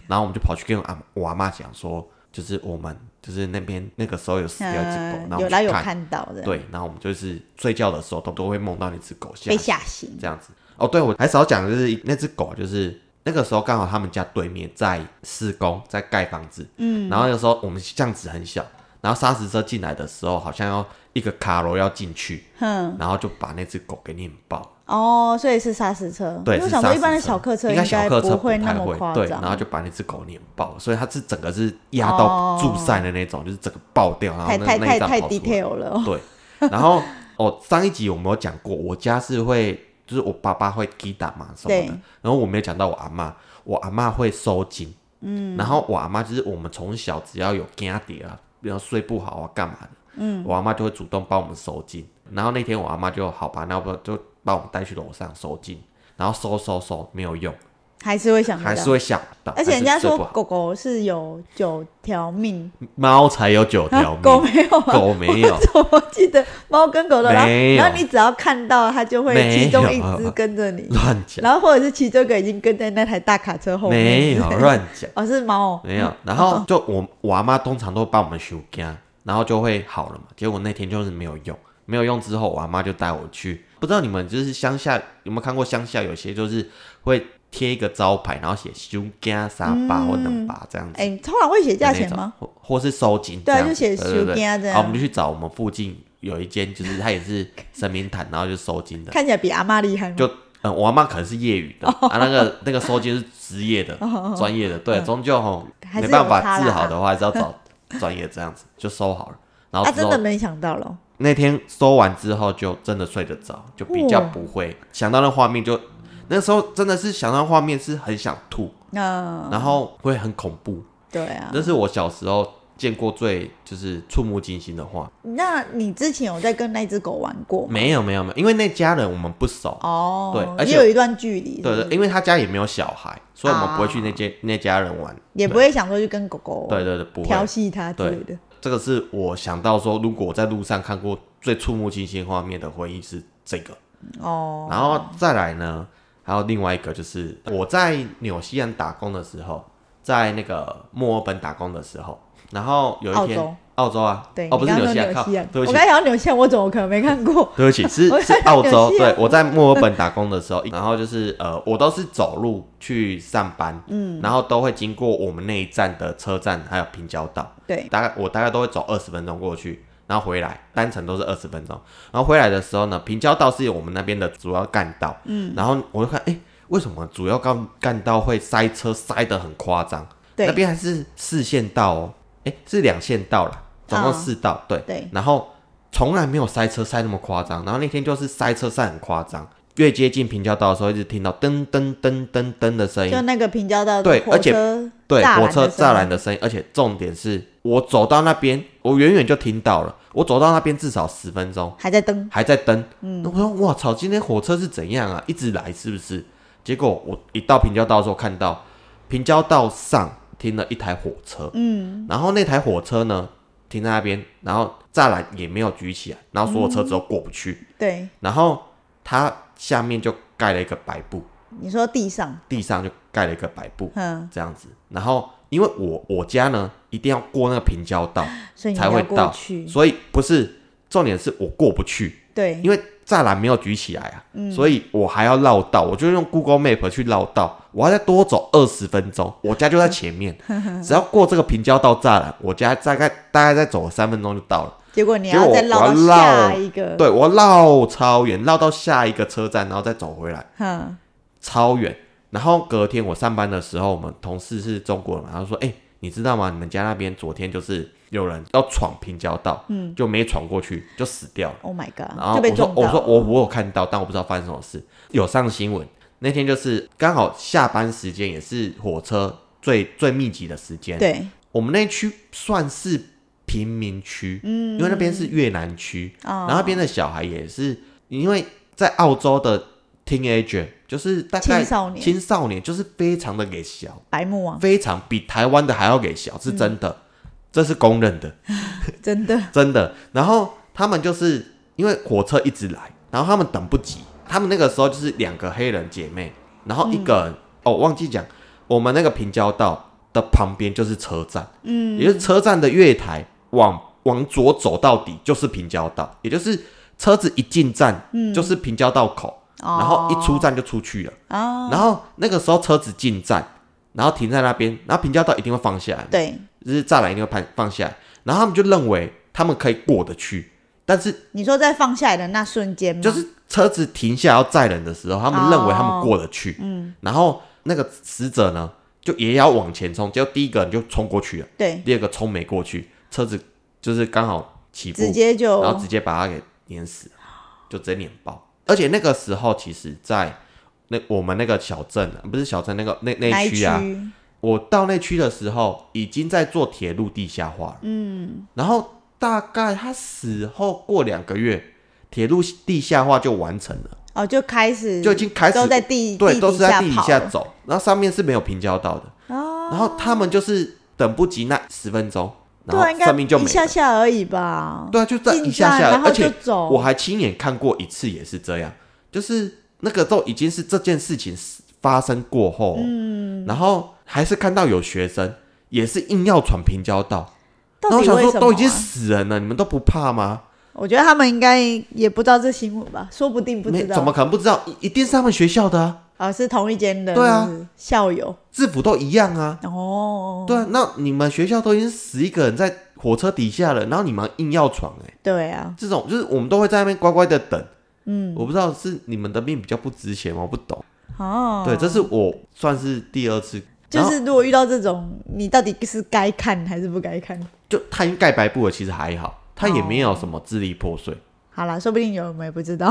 [SPEAKER 3] 然后我们就跑去跟我阿我阿妈讲说，就是我们就是那边那个时候有死掉一只狗，
[SPEAKER 2] 嗯，
[SPEAKER 3] 然后
[SPEAKER 2] 有
[SPEAKER 3] 我
[SPEAKER 2] 啦
[SPEAKER 3] 们去
[SPEAKER 2] 有
[SPEAKER 3] 看，
[SPEAKER 2] 看到的，
[SPEAKER 3] 对，然后我们就是睡觉的时候都都会梦到那只狗吓
[SPEAKER 2] 被
[SPEAKER 3] 醒
[SPEAKER 2] 吓醒。
[SPEAKER 3] 这样子。哦，对，我还少讲的就是那只狗，就是那个时候刚好他们家对面在施工，在盖房子，
[SPEAKER 2] 嗯，
[SPEAKER 3] 然后那个时候我们巷子很小，然后砂石车进来的时候，好像要一个卡罗要进去，
[SPEAKER 2] 哼，
[SPEAKER 3] 然后就把那只狗给碾爆。
[SPEAKER 2] 哦，所以是砂石车。
[SPEAKER 3] 对，
[SPEAKER 2] 因为我
[SPEAKER 3] 是
[SPEAKER 2] 想
[SPEAKER 3] 砂
[SPEAKER 2] 说
[SPEAKER 3] 石
[SPEAKER 2] 一般的
[SPEAKER 3] 车
[SPEAKER 2] 小客车
[SPEAKER 3] 应
[SPEAKER 2] 应
[SPEAKER 3] 小
[SPEAKER 2] 该
[SPEAKER 3] 客车
[SPEAKER 2] 会
[SPEAKER 3] 不
[SPEAKER 2] 那
[SPEAKER 3] 太
[SPEAKER 2] 么夸
[SPEAKER 3] 对，
[SPEAKER 2] 张，
[SPEAKER 3] 然后就把那只狗碾爆，所以它是整个是压到柱塞的那种，就是整个爆掉，然后
[SPEAKER 2] 哦太
[SPEAKER 3] 那
[SPEAKER 2] 太
[SPEAKER 3] 那
[SPEAKER 2] 太
[SPEAKER 3] 一张
[SPEAKER 2] 太
[SPEAKER 3] 跑出来
[SPEAKER 2] detail 了哦。
[SPEAKER 3] 对， 然后哦，上一集我没有讲过，我家是会，就是我爸爸会击打嘛什么
[SPEAKER 2] 对
[SPEAKER 3] 的，然后我没有讲到我阿妈，我阿妈会收金，嗯，然后我阿妈就是我们从小只要有惊跌啊，比如睡不好啊干嘛的，嗯，我阿妈就会主动帮我们收金，然后那天我阿妈就好吧，那不就把我们带去楼上收金，然后收收收没有用，
[SPEAKER 2] 还是会想
[SPEAKER 3] 还
[SPEAKER 2] 到
[SPEAKER 3] 是会吓到，
[SPEAKER 2] 嗯而且人家
[SPEAKER 3] 还是睡
[SPEAKER 2] 说
[SPEAKER 3] 不好
[SPEAKER 2] 狗狗是有九条命，
[SPEAKER 3] 猫才有九条
[SPEAKER 2] 啊
[SPEAKER 3] 命，
[SPEAKER 2] 狗没有啊，
[SPEAKER 3] 狗没有
[SPEAKER 2] 我怎么记得猫跟狗的？然后
[SPEAKER 3] 没有
[SPEAKER 2] 然后你只要看到它就会
[SPEAKER 3] 没有
[SPEAKER 2] 其中一只跟着你，
[SPEAKER 3] 乱讲，
[SPEAKER 2] 然后或者是其中一个已经跟在那台大卡车后面。
[SPEAKER 3] 没有乱讲。
[SPEAKER 2] 哦，是猫哦，
[SPEAKER 3] 没有，然后就我我阿妈通常都会帮我们修家，然后就会好了嘛。结果那天就是没有用，没有用之后，我阿妈就带我去。不知道你们就是乡下有没有看过乡下有些就是会贴一个招牌，然后写修家沙巴或能把这样子。
[SPEAKER 2] 哎，通常会写价钱
[SPEAKER 3] 那种
[SPEAKER 2] 吗？？
[SPEAKER 3] 或或是收金这
[SPEAKER 2] 对啊
[SPEAKER 3] 样子？
[SPEAKER 2] 就写
[SPEAKER 3] 对对
[SPEAKER 2] 收
[SPEAKER 3] 对
[SPEAKER 2] 金啊这
[SPEAKER 3] 然
[SPEAKER 2] 样
[SPEAKER 3] 后我们就去找我们附近有一间，就是它也是神明坛，然后就收金的。
[SPEAKER 2] 看起来比阿妈厉害吗？
[SPEAKER 3] 就嗯，我阿妈可能是业余的、啊，那
[SPEAKER 2] 哦
[SPEAKER 3] 个那个收金是职业的、专业的，对，终究吼
[SPEAKER 2] 嗯还
[SPEAKER 3] 没
[SPEAKER 2] 是
[SPEAKER 3] 办
[SPEAKER 2] 有
[SPEAKER 3] 法
[SPEAKER 2] 差啦
[SPEAKER 3] 治好的话， 还是要找专业这样子就收好了。然后
[SPEAKER 2] 啊，
[SPEAKER 3] 之
[SPEAKER 2] 真
[SPEAKER 3] 后、
[SPEAKER 2] 的没想到咯。
[SPEAKER 3] 那天收完之后，就真的睡得着，就比较
[SPEAKER 2] 哦
[SPEAKER 3] 不会、想到那画面就，那时候真的是想到画面是很想吐，
[SPEAKER 2] 那
[SPEAKER 3] 然后会很恐怖，
[SPEAKER 2] 啊对啊，
[SPEAKER 3] 这是我小时候见过最就是触目惊心的画。
[SPEAKER 2] 那你之前有在跟那只狗玩过吗？
[SPEAKER 3] 没有没有没有，因为那家人我们不熟，
[SPEAKER 2] 哦，
[SPEAKER 3] 对而且
[SPEAKER 2] 也有一段距离，
[SPEAKER 3] 对
[SPEAKER 2] 是
[SPEAKER 3] 对，
[SPEAKER 2] 不是
[SPEAKER 3] 因为他家也没有小孩，所以我们不会
[SPEAKER 2] 啊
[SPEAKER 3] 去那间、那家人玩，
[SPEAKER 2] 也不会想说去跟狗狗
[SPEAKER 3] 对对对，不
[SPEAKER 2] 调
[SPEAKER 3] 会。
[SPEAKER 2] 戏它之类的。
[SPEAKER 3] 这个是我想到说，如果我在路上看过最触目惊心画面的回忆是这个，
[SPEAKER 2] 哦，
[SPEAKER 3] 然后再来呢，还有另外一个就是我在纽西兰打工的时候，在那个墨尔本打工的时候，然后有一
[SPEAKER 2] 澳
[SPEAKER 3] 天
[SPEAKER 2] 洲
[SPEAKER 3] 澳洲啊，
[SPEAKER 2] 对，
[SPEAKER 3] 哦不是
[SPEAKER 2] 你
[SPEAKER 3] 纽
[SPEAKER 2] 刚刚
[SPEAKER 3] 西兰，
[SPEAKER 2] 说
[SPEAKER 3] 靠
[SPEAKER 2] 西兰，
[SPEAKER 3] 对不
[SPEAKER 2] 我
[SPEAKER 3] 起
[SPEAKER 2] 刚，才讲到纽西兰，我怎么可能没看过？
[SPEAKER 3] 对 不起，是
[SPEAKER 2] 我
[SPEAKER 3] 是
[SPEAKER 2] 想
[SPEAKER 3] 澳洲
[SPEAKER 2] 纽。西兰
[SPEAKER 3] 对，我在墨尔本打工的时候，然后就是呃，我都是走路去上班，嗯，然后都会经过我们那一站的车站，还有平交道，
[SPEAKER 2] 对，
[SPEAKER 3] 大概我大概都会走二十分钟过去，然后回来，单程都是二十分钟。然后回来的时候呢，平交道是我们那边的主要干道，嗯，然后我就看，哎、为什么主要干干道会塞车塞得很夸张？
[SPEAKER 2] 对
[SPEAKER 3] 那边还是四线道哦，哎、是两线道啦，总共
[SPEAKER 2] 嗯
[SPEAKER 3] 四道，对
[SPEAKER 2] 对
[SPEAKER 3] 然后从来没有塞车塞那么夸张，然后那天就是塞车塞很夸张。越接近平交道的时候，一直听到噔噔噔噔噔的声音，
[SPEAKER 2] 就那个平交道的
[SPEAKER 3] 对
[SPEAKER 2] 火
[SPEAKER 3] 而且
[SPEAKER 2] 车
[SPEAKER 3] 对，
[SPEAKER 2] 栅
[SPEAKER 3] 火
[SPEAKER 2] 栏
[SPEAKER 3] 车
[SPEAKER 2] 的声
[SPEAKER 3] 栅栏
[SPEAKER 2] 音
[SPEAKER 3] 的声音，而且重点是我走到那边，我远远就听到了，我走到那边至少十分钟，
[SPEAKER 2] 还在蹬，
[SPEAKER 3] 还在蹬。嗯，我说我操，今天火车是怎样啊？一直来是不是？结果我一到平交道的时候，看到平交道上停了一台火车，嗯，然后那台火车呢停在那边，然后栅栏也没有举起来，然后所有车子都过不去，
[SPEAKER 2] 对，
[SPEAKER 3] 然后它下面就盖了一个白布，
[SPEAKER 2] 你说地上，
[SPEAKER 3] 地上就盖了一个白布，
[SPEAKER 2] 嗯，
[SPEAKER 3] 这样子。然后因为我我家呢一定要过那个平交道
[SPEAKER 2] 所以你
[SPEAKER 3] 才会
[SPEAKER 2] 哎要
[SPEAKER 3] 到
[SPEAKER 2] 过，去，哎
[SPEAKER 3] 所以不是重点是我过不去，
[SPEAKER 2] 对
[SPEAKER 3] 因，为栅栏没有举起来啊，
[SPEAKER 2] 嗯
[SPEAKER 3] 所以我还要绕道，我就用 Google Map 去绕道，我要再多走二十分钟，我家就在 前面，只要过这个平交道栅栏，我家大概大概再走三分钟就到了。
[SPEAKER 2] 结果你
[SPEAKER 3] 结果
[SPEAKER 2] 要
[SPEAKER 3] 我
[SPEAKER 2] 再绕到
[SPEAKER 3] 我要绕
[SPEAKER 2] 下一个，，
[SPEAKER 3] 对我绕超远，绕到下一个车站，然后再走回来。
[SPEAKER 2] 嗯，
[SPEAKER 3] 超远。然后隔天我上班的时候，我们同事是中国人嘛，他说：“哎、你知道吗？你们家那边昨天就是有人要闯平交道，嗯，就没闯过去，就死掉了。
[SPEAKER 2] Oh my
[SPEAKER 3] 然
[SPEAKER 2] god！
[SPEAKER 3] 后
[SPEAKER 2] 就被
[SPEAKER 3] 我说
[SPEAKER 2] 撞：“到
[SPEAKER 3] 我
[SPEAKER 2] 了。
[SPEAKER 3] 说我我有看到，但我不知道发生什么事。有上新闻，那天就是刚好下班时间，也是火车最最密集的时间。
[SPEAKER 2] 对
[SPEAKER 3] 我们那区算是贫民区，嗯，因为那边是越南区，
[SPEAKER 2] 哦
[SPEAKER 3] 然后那边的小孩也是，因为在澳洲的 teenager 就是大概
[SPEAKER 2] 青少年
[SPEAKER 3] 青少年就是非常的给小，
[SPEAKER 2] 白目啊，
[SPEAKER 3] 非常比台湾的还要给小，是真的，这是公认的，
[SPEAKER 2] 真的，
[SPEAKER 3] 真的。然后他们就是因为火车一直来，然后他们等不及，他们那个时候就是两个黑人姐妹，然后一个人、哦忘记讲，我们那个平交道的旁边就是车站，嗯，也就是车站的月台往往左走到底就是平交道，也就是车子一进站、就是平交道口，
[SPEAKER 2] 哦
[SPEAKER 3] 然后一出站就出去了。然后那个时候车子进站，然后停在那边，然后平交道一定会放下来，
[SPEAKER 2] 对，
[SPEAKER 3] 就是栅栏一定会放放下来。然后他们就认为他们可以过得去，但是
[SPEAKER 2] 你说在放下来的那瞬间吗？
[SPEAKER 3] 就是车子停下要载人的时候，他们认为他们过得去，嗯，然后那个死者呢就也要往前冲，结果第一个人就冲过去了，
[SPEAKER 2] 对，
[SPEAKER 3] 第二个冲没过去，车子就是刚好起步，
[SPEAKER 2] 直接就
[SPEAKER 3] 然后直接把他给碾死，就直接碾爆。而且那个时候，其实，在那我们那个小镇，啊不是小镇那个那
[SPEAKER 2] 哪
[SPEAKER 3] 那
[SPEAKER 2] 一
[SPEAKER 3] 一区啊，
[SPEAKER 2] 区
[SPEAKER 3] 我到那区的时候，已经在做铁路地下化了。嗯，然后大概他死后过两个月，铁路地下化就完成了，
[SPEAKER 2] 哦，就开始
[SPEAKER 3] 就已经开始
[SPEAKER 2] 都在地
[SPEAKER 3] 对，都
[SPEAKER 2] 底
[SPEAKER 3] 是在
[SPEAKER 2] 下
[SPEAKER 3] 地底
[SPEAKER 2] 跑
[SPEAKER 3] 下
[SPEAKER 2] 了
[SPEAKER 3] 走，然后上面是没有平交道的。哦，然后他们就是等不及那十分钟，然
[SPEAKER 2] 对啊，应
[SPEAKER 3] 后
[SPEAKER 2] 该
[SPEAKER 3] 生命就没
[SPEAKER 2] 一下
[SPEAKER 3] 了。
[SPEAKER 2] 下而已吧。
[SPEAKER 3] 对啊，就在
[SPEAKER 2] 进
[SPEAKER 3] 一下
[SPEAKER 2] 站
[SPEAKER 3] 下
[SPEAKER 2] 然
[SPEAKER 3] 来，
[SPEAKER 2] 后
[SPEAKER 3] 而
[SPEAKER 2] 就
[SPEAKER 3] 且
[SPEAKER 2] 走
[SPEAKER 3] 我还亲眼看过一次，也是这样，就是那个都已经是这件事情发生过后，嗯，然后还是看到有学生也是硬要闯平交道，
[SPEAKER 2] 到
[SPEAKER 3] 然后我
[SPEAKER 2] 底
[SPEAKER 3] 想
[SPEAKER 2] 为
[SPEAKER 3] 说
[SPEAKER 2] 什么啊？
[SPEAKER 3] 都已经死人了，你们都不怕吗？
[SPEAKER 2] 我觉得他们应该也不知道这新闻吧，说不定不
[SPEAKER 3] 没
[SPEAKER 2] 知
[SPEAKER 3] 怎
[SPEAKER 2] 道
[SPEAKER 3] 么。可能不知道，一一定是他们学校的啊，
[SPEAKER 2] 啊，是同一间的，
[SPEAKER 3] 对啊
[SPEAKER 2] 是不是，校友
[SPEAKER 3] 制服都一样啊，
[SPEAKER 2] 哦，
[SPEAKER 3] 对啊，那你们学校都已经死一个人在火车底下了，然后你们硬要闯、欸，
[SPEAKER 2] 对啊，
[SPEAKER 3] 这种就是我们都会在那边乖乖的等。嗯，我不知道是你们的命比较不值钱吗？我不懂。
[SPEAKER 2] 哦，
[SPEAKER 3] 对，这是我算是第二次，
[SPEAKER 2] 就
[SPEAKER 3] 然后
[SPEAKER 2] 是如果遇到这种，你到底是该看还是不该看？
[SPEAKER 3] 就他已经盖白布了，其实还好，他也没有什么支离破碎，
[SPEAKER 2] 好啦，说不定有我们也不知道。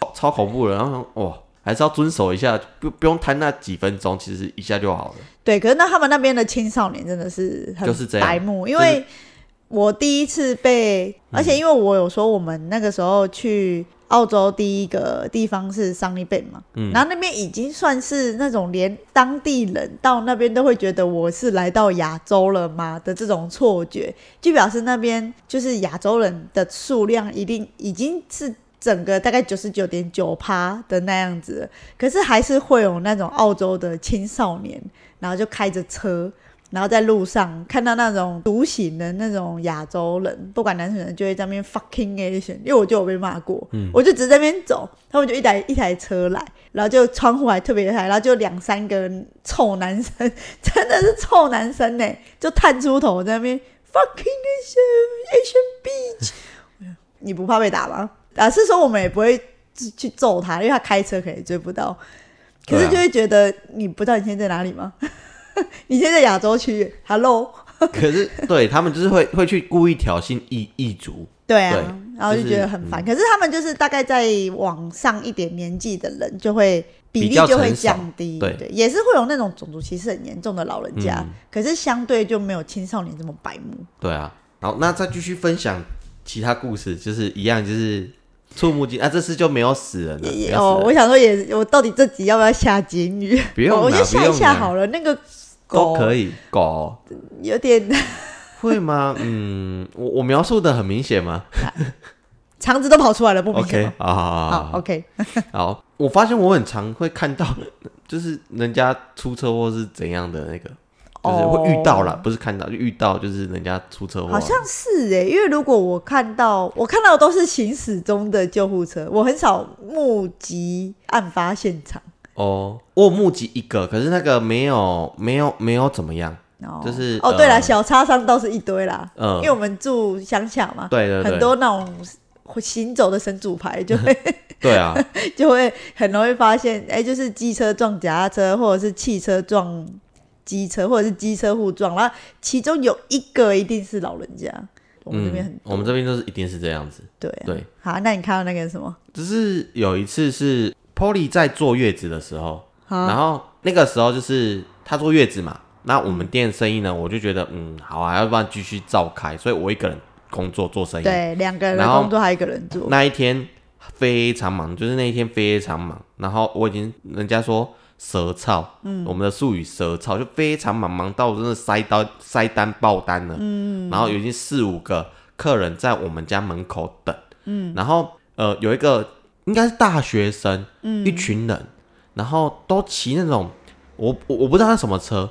[SPEAKER 2] 哦
[SPEAKER 3] 超恐怖的。然后哇，还是要遵守一下，不不用贪那几分钟，其实一下就好了。
[SPEAKER 2] 对，可是那他们那边的青少年真的是很
[SPEAKER 3] 就是这样
[SPEAKER 2] 白目，因
[SPEAKER 3] 就是
[SPEAKER 2] 为我第一次被，而且因为我有说我们那个时候去澳洲第一个地方是桑尼贝嘛，
[SPEAKER 3] 嗯
[SPEAKER 2] 然后那边已经算是那种连当地人到那边都会觉得我是来到亚洲了吗的这种错觉，就表示那边就是亚洲人的数量一定已经是。整个大概九十九点九趴的那样子了，可是还是会有那种澳洲的青少年，然后就开着车，然后在路上看到那种独行的那种亚洲人，不管男生女生，就会在那边 fucking Asian，因为我就有被骂过，
[SPEAKER 3] 嗯
[SPEAKER 2] 我就只是在那边走，他们就一台一台车来，然后就窗户还特别开，然后就两三个臭男生， 真的是臭男生呢、欸就探出头在那边 fucking Asian Asian bitch，你不怕被打吗？啊，是说我们也不会去去揍他，因为他开车可能也追不到，可是
[SPEAKER 3] 对啊
[SPEAKER 2] 就会觉得你不知道你现在在哪里吗？ 你现在在亚洲区，Hello，
[SPEAKER 3] 可是对他们就是会会去故意挑衅异异族，
[SPEAKER 2] 对啊，
[SPEAKER 3] 对
[SPEAKER 2] 然后就
[SPEAKER 3] 就是嗯
[SPEAKER 2] 觉得很烦。可是他们就是大概在往上一点年纪的人，就会比例就会降低，
[SPEAKER 3] 比较成熟
[SPEAKER 2] 对，也是会有那种种族歧视很严重的老人家，
[SPEAKER 3] 嗯
[SPEAKER 2] 可是相对就没有青少年这么白目。
[SPEAKER 3] 对啊。好，那再继续分享其他故事，就是一样，就是触目惊啊，这次就没有死人了，没
[SPEAKER 2] 也
[SPEAKER 3] 有死人
[SPEAKER 2] 哦，我想说也，我到底这集要不要下警语？
[SPEAKER 3] 不用啦
[SPEAKER 2] 我就下一下
[SPEAKER 3] 不用啦
[SPEAKER 2] 好了。那个狗
[SPEAKER 3] 都可以狗。
[SPEAKER 2] 有点
[SPEAKER 3] 会吗？嗯，我我描述的很明 显吗
[SPEAKER 2] 肠子都跑出来了，不明显
[SPEAKER 3] OK
[SPEAKER 2] 吗。
[SPEAKER 3] 啊，好好
[SPEAKER 2] 好
[SPEAKER 3] 好
[SPEAKER 2] ，OK，
[SPEAKER 3] 好，我发现我很常会看到，就是人家出车祸是怎样的那个，就是会遇到啦，不是看到就遇到，就是人家出车祸
[SPEAKER 2] 哦好，
[SPEAKER 3] 啊
[SPEAKER 2] 像是哎、因为如果我看到我看到的都是行驶中的救护车，我很少目击案发现场。
[SPEAKER 3] 哦，我有目击一个，可是那个没有没有没有怎么样，
[SPEAKER 2] 哦，
[SPEAKER 3] 就是
[SPEAKER 2] 哦，对了，
[SPEAKER 3] 呃
[SPEAKER 2] 小擦伤倒是一堆啦，
[SPEAKER 3] 嗯
[SPEAKER 2] 因为我们住乡下嘛，
[SPEAKER 3] 对对对
[SPEAKER 2] 很多那种行走的神主牌就 会
[SPEAKER 3] 对啊，
[SPEAKER 2] 就会很容易发现，哎、就是机车撞脚踏车，或者是汽车撞机车，或者是机车互撞，然后其中有一个一定是老人家， 我们这边很、
[SPEAKER 3] 嗯，我们这边就是一定是这样子，
[SPEAKER 2] 对、啊、
[SPEAKER 3] 对，
[SPEAKER 2] 好，那你看到那个什么？
[SPEAKER 3] 就是有一次是 Polly 在坐月子的时候，
[SPEAKER 2] 啊
[SPEAKER 3] 然后那个时候就是她坐月子嘛，那我们店生意呢，我就觉得嗯好啊，要不然继续照开，所以我一个人工作做生意。
[SPEAKER 2] 对，两个人的
[SPEAKER 3] 然后
[SPEAKER 2] 工作还有一个人做，
[SPEAKER 3] 那一天非常忙，就是那一天非常忙，然后我已经人家说舌操，嗯，我们的术语舌操就非常忙，忙到我真的塞单塞单爆单了，嗯，然后有已经四五个客人在我们家门口等，嗯，然后呃有一个应该是大学生，嗯，一群人，然后都骑那种我我我不知道他什么车。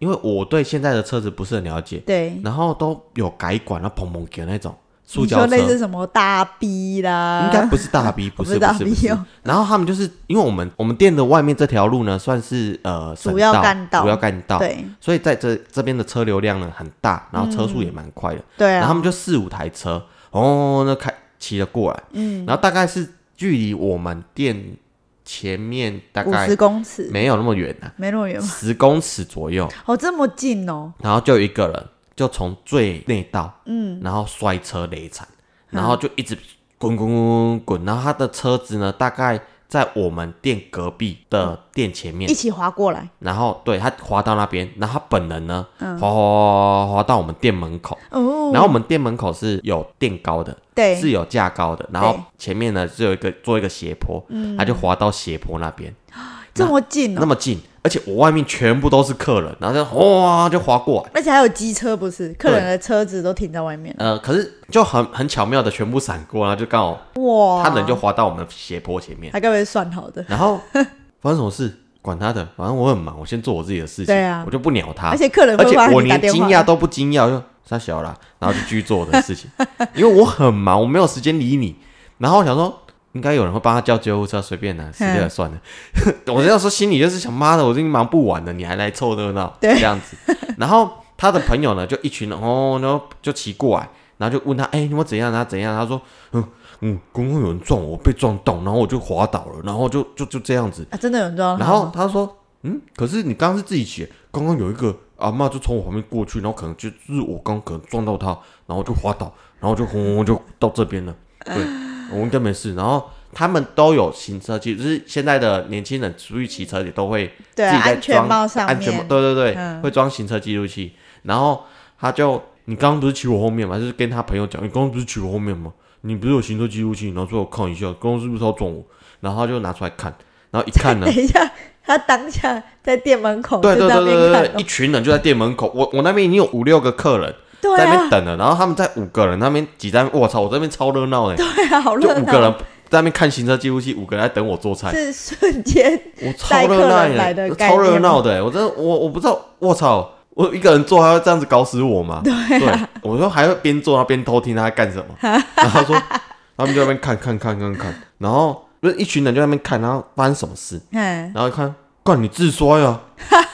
[SPEAKER 3] 因为我对现在的车子不是很了解，
[SPEAKER 2] 对，
[SPEAKER 3] 然后都有改管，然后砰砰给那种，塑
[SPEAKER 2] 你
[SPEAKER 3] 胶
[SPEAKER 2] 说
[SPEAKER 3] 车，
[SPEAKER 2] 类似什么大 B 啦，
[SPEAKER 3] 应该不是 大 B，不
[SPEAKER 2] 不
[SPEAKER 3] 是
[SPEAKER 2] 是大
[SPEAKER 3] 不是不
[SPEAKER 2] B
[SPEAKER 3] 是
[SPEAKER 2] 哦。
[SPEAKER 3] 然后他们就是因为我们我们店的外面这条路呢，算是呃省
[SPEAKER 2] 主要干道
[SPEAKER 3] 主要干道，
[SPEAKER 2] 对
[SPEAKER 3] 所以在这这边的车流量呢很大，然后车速也蛮快的，
[SPEAKER 2] 对
[SPEAKER 3] 然后他
[SPEAKER 2] 啊，
[SPEAKER 3] 们就四五台车，哦，那开骑了过来，嗯，然后大概是距离我们店前面大
[SPEAKER 2] 五
[SPEAKER 3] 概
[SPEAKER 2] 十公尺
[SPEAKER 3] 没有那么远啊，
[SPEAKER 2] 没那么远吗？
[SPEAKER 3] 十公尺左右，
[SPEAKER 2] 哦，这么近哦，
[SPEAKER 3] 然后就有一个人就从最内道，嗯，然后摔车累惨，然后就一直滚滚滚滚滚，然后他的车子呢，大概在我们店隔壁的店前面
[SPEAKER 2] 一，起滑过来，
[SPEAKER 3] 然后对他滑到那边，然后他本人呢，滑滑滑滑滑到我们店门口，
[SPEAKER 2] 嗯哦，哎
[SPEAKER 3] 然后我们店门口是有垫高的，
[SPEAKER 2] 对
[SPEAKER 3] 是有架高的，然后
[SPEAKER 2] 对
[SPEAKER 3] 前面呢是有一个做一个斜坡，
[SPEAKER 2] 嗯
[SPEAKER 3] 他就滑到斜坡那边，
[SPEAKER 2] 这么近
[SPEAKER 3] 那
[SPEAKER 2] 哦，
[SPEAKER 3] 么近，而且我外面全部都是客人，然后就哗就滑过来。
[SPEAKER 2] 而且还有机车，不是客人的车子都停在外面，
[SPEAKER 3] 呃，可是就很很巧妙的全部闪过，啊然后就刚好
[SPEAKER 2] 哇，
[SPEAKER 3] 他人就滑到我们斜坡前面，
[SPEAKER 2] 他该不会算好的？
[SPEAKER 3] 然后发生什么事管他的，反正我很忙，我先做我自己的事情，
[SPEAKER 2] 对啊
[SPEAKER 3] 我就不鸟他，
[SPEAKER 2] 而且客人会
[SPEAKER 3] 而且
[SPEAKER 2] 帮你
[SPEAKER 3] 我
[SPEAKER 2] 打
[SPEAKER 3] 连
[SPEAKER 2] 电
[SPEAKER 3] 惊
[SPEAKER 2] 话
[SPEAKER 3] 讶都不惊讶，就傻小啦，然后就继续做我的事情，因为我很忙，我没有时间理你，然后我想说。应该有人会帮他叫救护车，随便 啦、死掉也算了。我那时候心里就是想，妈的，我已经忙不完了，你还来凑热闹，
[SPEAKER 2] 对
[SPEAKER 3] 这样子。然后他的朋友呢，就一群人哦，然后就骑过来，然后就问他，哎、你们怎样？他怎样？他说，嗯嗯，刚刚有人撞我，被撞到，然后我就滑倒了，然后就就就这样子。
[SPEAKER 2] 啊，真的有人撞到
[SPEAKER 3] 然
[SPEAKER 2] 他
[SPEAKER 3] 后
[SPEAKER 2] 吗，
[SPEAKER 3] 他说，嗯，可是你刚刚是自己骑，刚刚有一个阿嬷就从我旁边过去，然后可能就就是我刚可能撞到他，然后就滑倒，然后就轰轰就到这边了。对，我应该没事。然后他们都有行车记录，就是现在的年轻人出去骑车也都会
[SPEAKER 2] 对
[SPEAKER 3] 自
[SPEAKER 2] 啊
[SPEAKER 3] 己在
[SPEAKER 2] 安全
[SPEAKER 3] 装
[SPEAKER 2] 帽上
[SPEAKER 3] 安全帽，
[SPEAKER 2] 面，
[SPEAKER 3] 对对对，
[SPEAKER 2] 嗯
[SPEAKER 3] 会装行车记录器。然后他就，你刚刚不是骑我后面吗？就是跟他朋友讲，你刚刚不是骑我后面吗？你不是有行车记录器？然后最后看一下，刚刚是不是要撞我？然后他就拿出来看，然后一 看呢
[SPEAKER 2] 等，一下，他当下在店门口
[SPEAKER 3] 对
[SPEAKER 2] 哦就
[SPEAKER 3] 对
[SPEAKER 2] 在那
[SPEAKER 3] 对
[SPEAKER 2] 边
[SPEAKER 3] 对对
[SPEAKER 2] 看
[SPEAKER 3] 对，一
[SPEAKER 2] 哦，
[SPEAKER 3] 群人就在店门口，我我那边已经有五六个客人
[SPEAKER 2] 对
[SPEAKER 3] 在那边
[SPEAKER 2] 啊，
[SPEAKER 3] 等了，然后他们在五个人那边挤在那边，我操，我这边超热闹哎，
[SPEAKER 2] 对啊，好
[SPEAKER 3] 就
[SPEAKER 2] 热
[SPEAKER 3] 五个人
[SPEAKER 2] 闹，
[SPEAKER 3] 在那边看行车记录器，五个人在等我做菜。
[SPEAKER 2] 是瞬间
[SPEAKER 3] 我
[SPEAKER 2] 带
[SPEAKER 3] 超热
[SPEAKER 2] 客
[SPEAKER 3] 闹
[SPEAKER 2] 人来的
[SPEAKER 3] 耶，
[SPEAKER 2] 概念
[SPEAKER 3] 超
[SPEAKER 2] 吗
[SPEAKER 3] 热闹的耶，我真的我我不知道，我操，我一个人做还要这样子搞死我吗？对,、
[SPEAKER 2] 啊
[SPEAKER 3] 我说还会边做然后边偷听他在干什 么，然后说他们就在那边看看看看看，然后不是一群人就在那边看，然后发生什么事，
[SPEAKER 2] 嗯，
[SPEAKER 3] 然后一看，干你自摔啊，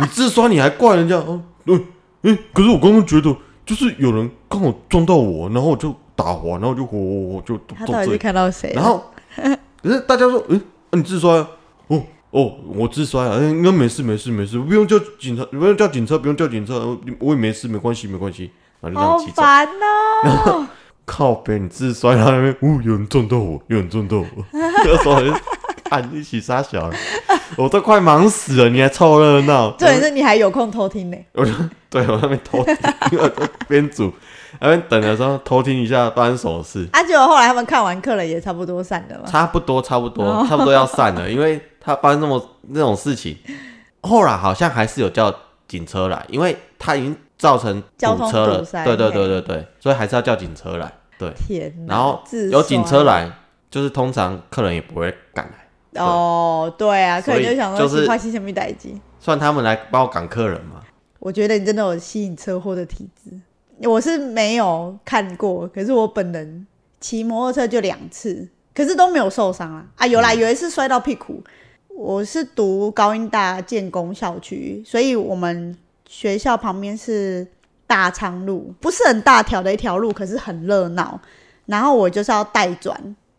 [SPEAKER 3] 你自摔你还怪人家，哦，对，诶、可是我刚刚觉得就是有人刚好撞到我，然后我就打滑，然后就火火火就
[SPEAKER 2] 他
[SPEAKER 3] 走
[SPEAKER 2] 到底
[SPEAKER 3] 这
[SPEAKER 2] 是看到谁了？
[SPEAKER 3] 然后可是大家说，嗯、啊你自摔啊？哦哦，我自摔啊，嗯应该没事没事没事，不用叫警察，不用叫警车，不用叫警车，呃我也没事，没关系没关系。然后就这
[SPEAKER 2] 好
[SPEAKER 3] 样骑走。
[SPEAKER 2] 烦哦，
[SPEAKER 3] 靠北，你自摔，然后那边，呜、有人撞到我，有人撞到我， 那时候我就看一起杀小了，我都快忙死了，你还凑热闹。
[SPEAKER 2] 重点是你还有空偷听呢，
[SPEAKER 3] 我就对我在那边偷 听，我在边煮，那边等的时候偷听一下发生什么事。
[SPEAKER 2] 啊，结果后来他们看完客人也差不多散了嘛，
[SPEAKER 3] 差不多，差不
[SPEAKER 2] 哦
[SPEAKER 3] 多，差不多要散了，因为他发生那么那种事情，后来好像还是有叫警车来，因为他已经造成
[SPEAKER 2] 交通
[SPEAKER 3] 堵车了
[SPEAKER 2] 堵，塞
[SPEAKER 3] 对对
[SPEAKER 2] 嘿
[SPEAKER 3] 对对对，所以还是要叫警车来，对，
[SPEAKER 2] 天哪，
[SPEAKER 3] 然后
[SPEAKER 2] 嗯自
[SPEAKER 3] 有警
[SPEAKER 2] 摔
[SPEAKER 3] 车来，就是通常客人也不会赶来，
[SPEAKER 2] 哦，对啊，客
[SPEAKER 3] 所以
[SPEAKER 2] 人就想说
[SPEAKER 3] 就是
[SPEAKER 2] 奇怪，新什么代机？
[SPEAKER 3] 算他们来帮我赶客人嘛，
[SPEAKER 2] 我觉得你真的有吸引车祸的体质。我是没有看过，可是我本人骑摩托车就两次，可是都没有受伤啊。啊，有啦，有一次摔到屁股。我是读高音大建工校区，所以我们学校旁边是大昌路，不是很大条的一条路，可是很热闹。然后我就是要带转，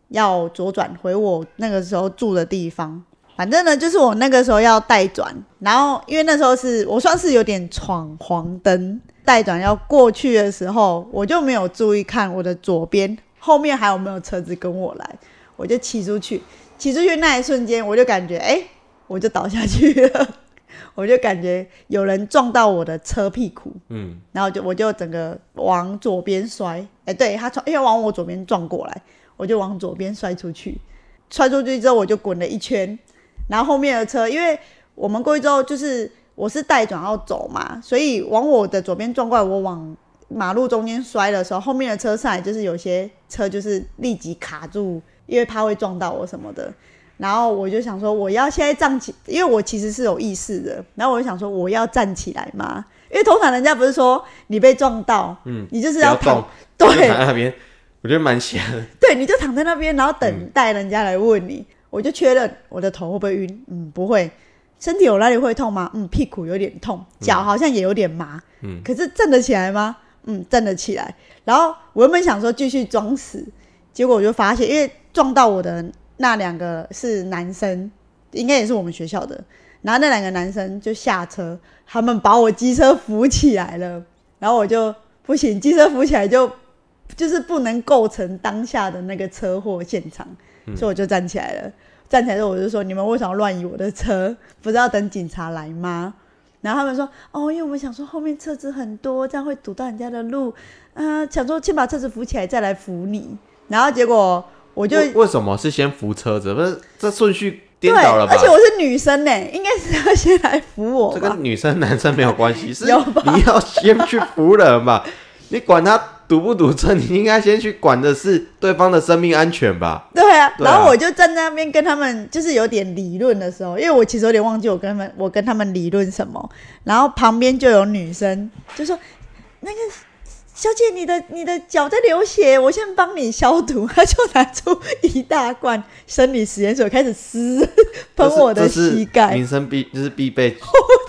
[SPEAKER 2] 要左转回我那个时候住的地方。反正呢，就是我那个时候要带转，然后因为那时候是我算是有点闯黄灯，带转要过去的时候，我就没有注意看我的左边后面还有没有车子跟我来，我就骑出去，骑出去那一瞬间，我就感觉哎、诶我就倒下去了，我就感觉有人撞到我的车屁股，
[SPEAKER 3] 嗯，
[SPEAKER 2] 然后就我就整个往左边摔，哎、对他撞，因为往我左边撞过来，我就往左边摔出去，摔出去之后我就滚了一圈，然后后面的车，因为我们过去之后就是我是带转要走嘛，所以往我的左边撞过来，我往马路中间摔的时候，后面的车上来就是有些车就是立即卡住，因为怕会撞到我什么的。然后我就想说，我要现在站起，因为我其实是有意识的。然后我就想说，我要站起来吗？因为通常人家不是说你被撞到，嗯，你就是
[SPEAKER 3] 不要
[SPEAKER 2] 躺
[SPEAKER 3] 动，，就 躺
[SPEAKER 2] 对
[SPEAKER 3] 在那边，我觉得蛮邪的。
[SPEAKER 2] 对，你就躺在那边，然后等待人家来问你。我就确认我的头会不会晕，嗯，不会。身体有哪里会痛吗？嗯，屁股有点痛，脚好像也有点麻，
[SPEAKER 3] 嗯
[SPEAKER 2] 可是站得起来吗？嗯，站得起来。然后我原本想说继续装死，结果我就发现，因为撞到我的那两个是男生，应该也是我们学校的。然后那两个男生就下车，他们把我机车扶起来了，然后我就不行，机车扶起来就就是不能构成当下的那个车祸现场，所以我就站起来了。站起来之后，我就说：“你们为什么要乱移我的车？不是要等警察来吗？”然后他们说：“哦，因为我们想说后面车子很多，这样会堵到人家的路，啊、想说先把车子扶起来再来扶你。”然后结果我就
[SPEAKER 3] 为为什么是先扶车子？不是这顺序颠
[SPEAKER 2] 对，
[SPEAKER 3] 倒了吧？
[SPEAKER 2] 而且我是女生呢，应该是要先来扶我吧。
[SPEAKER 3] 这跟女生男生没有 关系，是
[SPEAKER 2] 有吧
[SPEAKER 3] 你要先去扶人吧？你管他堵不堵车，你应该先去管的是对方的生命安全吧？
[SPEAKER 2] 对啊，
[SPEAKER 3] 对啊
[SPEAKER 2] 然后我就站在那边跟他们就是有点理论的时候，因为我其实有点忘记我跟他们我跟他们理论什么，然后旁边就有女生就说：“那个小姐，你的你的脚在流血，我先帮你消毒。”她就拿出一大罐生理实验水开始撕喷
[SPEAKER 3] 这是
[SPEAKER 2] 我的
[SPEAKER 3] 这是
[SPEAKER 2] 膝盖，
[SPEAKER 3] 民生必就是必备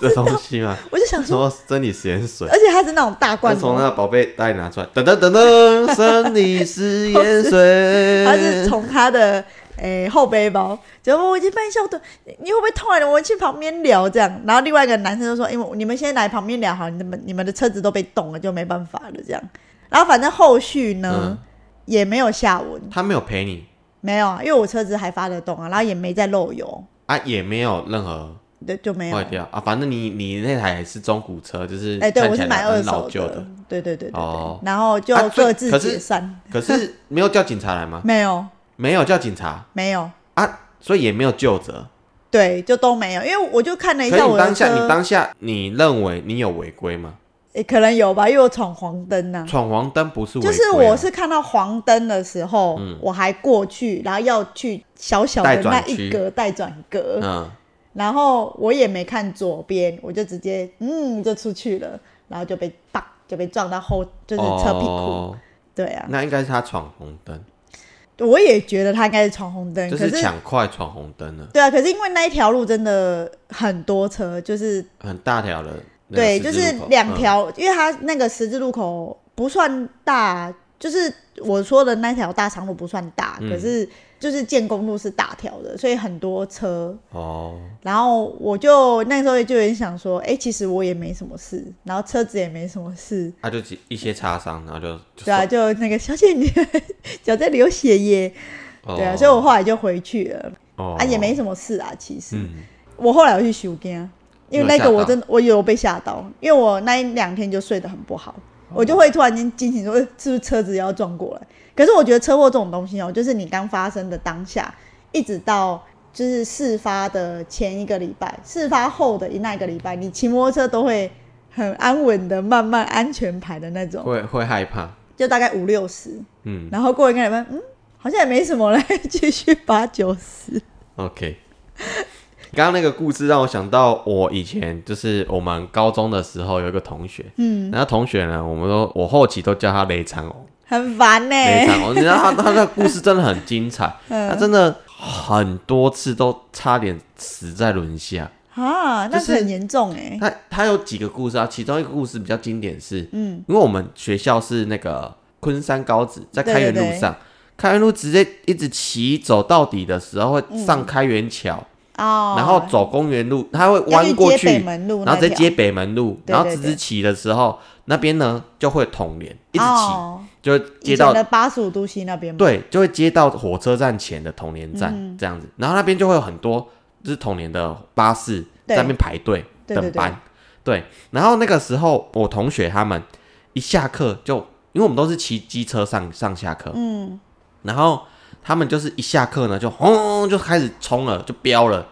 [SPEAKER 3] 的东西嘛。
[SPEAKER 2] 我就想说，
[SPEAKER 3] 说生理实验水，
[SPEAKER 2] 而且它是那种大罐的
[SPEAKER 3] 就从那
[SPEAKER 2] 哦，
[SPEAKER 3] 个宝贝袋拿出来，噔噔噔噔，生理实验水，
[SPEAKER 2] 它是从 他的诶、后背包，结果我已经帮你消毒，你你会不会痛啊？我们去旁边聊这样。然后另外一个男生就说：“因、为你们先来旁边聊好，你们你们的车子都被冻了，就没办法了这样。”然后反正后续呢、
[SPEAKER 3] 嗯
[SPEAKER 2] 也没有下文，
[SPEAKER 3] 他没有陪你
[SPEAKER 2] 没有啊，因为我车子还发得动啊，然后也没在漏油，
[SPEAKER 3] 啊，也没有任何
[SPEAKER 2] 对，就没有。
[SPEAKER 3] 坏掉啊。反正你你那台是中古车，就是
[SPEAKER 2] 哎、对
[SPEAKER 3] 看
[SPEAKER 2] 我
[SPEAKER 3] 起
[SPEAKER 2] 是
[SPEAKER 3] 来
[SPEAKER 2] 买
[SPEAKER 3] 很
[SPEAKER 2] 二
[SPEAKER 3] 老
[SPEAKER 2] 手
[SPEAKER 3] 旧
[SPEAKER 2] 的，对对对对对。
[SPEAKER 3] 哦
[SPEAKER 2] 然后就
[SPEAKER 3] 啊所以
[SPEAKER 2] 各自
[SPEAKER 3] 可是
[SPEAKER 2] 解散，
[SPEAKER 3] 可是没有叫警察来吗？
[SPEAKER 2] 没有
[SPEAKER 3] 没有叫警察
[SPEAKER 2] 没有，
[SPEAKER 3] 啊，所以也没有就责。
[SPEAKER 2] 对，就都没有，因为我就看了一
[SPEAKER 3] 可
[SPEAKER 2] 下哎
[SPEAKER 3] 是
[SPEAKER 2] 我
[SPEAKER 3] 你
[SPEAKER 2] 的
[SPEAKER 3] 当
[SPEAKER 2] 车，
[SPEAKER 3] 下，你当下你认为你有违规吗？
[SPEAKER 2] 诶可能有吧，因为我闯黄灯啊呐、
[SPEAKER 3] 闯黄灯不是违
[SPEAKER 2] 就
[SPEAKER 3] 规啊，嗯
[SPEAKER 2] 是我是看到黄灯的时候，我还过去，然后要去小小的
[SPEAKER 3] 待
[SPEAKER 2] 那
[SPEAKER 3] 转区
[SPEAKER 2] 一格待转格，
[SPEAKER 3] 嗯，
[SPEAKER 2] 然后我也没看左边，我就直接嗯就出去了，然后就被啪就被撞到后，就是车屁股。
[SPEAKER 3] 哦
[SPEAKER 2] 对啊，
[SPEAKER 3] 那应该是他闯红灯，
[SPEAKER 2] 我也觉得他应该是闯红灯，
[SPEAKER 3] 就
[SPEAKER 2] 可
[SPEAKER 3] 是
[SPEAKER 2] 是
[SPEAKER 3] 抢快闯红灯了，
[SPEAKER 2] 对啊，可是因为那一条路真的很多车，就是
[SPEAKER 3] 很大条了。那个
[SPEAKER 2] 对，
[SPEAKER 3] 十
[SPEAKER 2] 就
[SPEAKER 3] 字
[SPEAKER 2] 是
[SPEAKER 3] 路口嗯
[SPEAKER 2] 两、条，因为它那个十字路口不算大，就是我说的那条大长路不算大，
[SPEAKER 3] 嗯
[SPEAKER 2] 可是就是建公路是大条的，所以很多车。
[SPEAKER 3] 嗯哦，
[SPEAKER 2] 然后我就那时候就有点想说，哎、其实我也没什么事，然后车子也没什么事，
[SPEAKER 3] 他、啊就几一些擦伤，然后就就
[SPEAKER 2] 对啊，
[SPEAKER 3] 说
[SPEAKER 2] 就那个小姐你 脚在流血耶，
[SPEAKER 3] 哦、
[SPEAKER 2] 对啊，所以我后来就回去了，
[SPEAKER 3] 哦
[SPEAKER 2] 啊也没什么事啊，其实。
[SPEAKER 3] 嗯
[SPEAKER 2] 我后来有去修肝，因为那个
[SPEAKER 3] 有吓到
[SPEAKER 2] 我真的我有被吓到，因为我那一两天就睡得很不好，
[SPEAKER 3] 哦
[SPEAKER 2] 我就会突然间惊醒说，呃是不是车子要撞过来？可是我觉得车祸这种东西哦、就是你刚发生的当下，一直到就是事发的前一个礼拜，事发后的那一个礼拜，你骑摩托车都会很安稳的慢慢安全牌的那种，
[SPEAKER 3] 会会害怕，
[SPEAKER 2] 就大概五六十，
[SPEAKER 3] 嗯
[SPEAKER 2] 然后过一个礼拜，嗯，好像也没什么嘞， 继续八九十，
[SPEAKER 3] ，OK。刚刚那个故事让我想到，我以前就是我们高中的时候有一个同学，
[SPEAKER 2] 嗯，
[SPEAKER 3] 然后同学呢，我们都我后期都叫他雷长哦，
[SPEAKER 2] 很烦呢、
[SPEAKER 3] 雷长哦，你知道他他的故事真的很 精彩，
[SPEAKER 2] 嗯
[SPEAKER 3] 他真的很多次都差点死在轮下。
[SPEAKER 2] 啊，那
[SPEAKER 3] 就是
[SPEAKER 2] 是很严重哎、
[SPEAKER 3] 他他有几个故事啊，其中一个故事比较经典是，
[SPEAKER 2] 嗯，
[SPEAKER 3] 因为我们学校是那个昆山高职，在开元路
[SPEAKER 2] 对对对
[SPEAKER 3] 上，开元路直接一直骑走到底的时候会上开元桥，
[SPEAKER 2] 哦，
[SPEAKER 3] 然后走公园路，他会
[SPEAKER 2] 要去
[SPEAKER 3] 弯过
[SPEAKER 2] 接
[SPEAKER 3] 去，
[SPEAKER 2] 北门路那条，
[SPEAKER 3] 然后再接北门路，
[SPEAKER 2] 啊对
[SPEAKER 3] 然后
[SPEAKER 2] 对
[SPEAKER 3] 直
[SPEAKER 2] 对
[SPEAKER 3] 直骑的时候，那边呢就会统联，一直骑，
[SPEAKER 2] 哦、
[SPEAKER 3] 就会接
[SPEAKER 2] 以
[SPEAKER 3] 到
[SPEAKER 2] 前的八十五度 C 那边吗，
[SPEAKER 3] 对，就会接到火车站前的统联站、
[SPEAKER 2] 嗯
[SPEAKER 3] 这样子，然后那边就会有很多就是统联的巴士
[SPEAKER 2] 对
[SPEAKER 3] 在那边排队
[SPEAKER 2] 对
[SPEAKER 3] 等
[SPEAKER 2] 对对
[SPEAKER 3] 班。对，然后那个时候我同学他们一下课就，因为我们都是骑机车上上下课，
[SPEAKER 2] 嗯，
[SPEAKER 3] 然后他们就是一下课呢就轰就开始冲了，就飙了。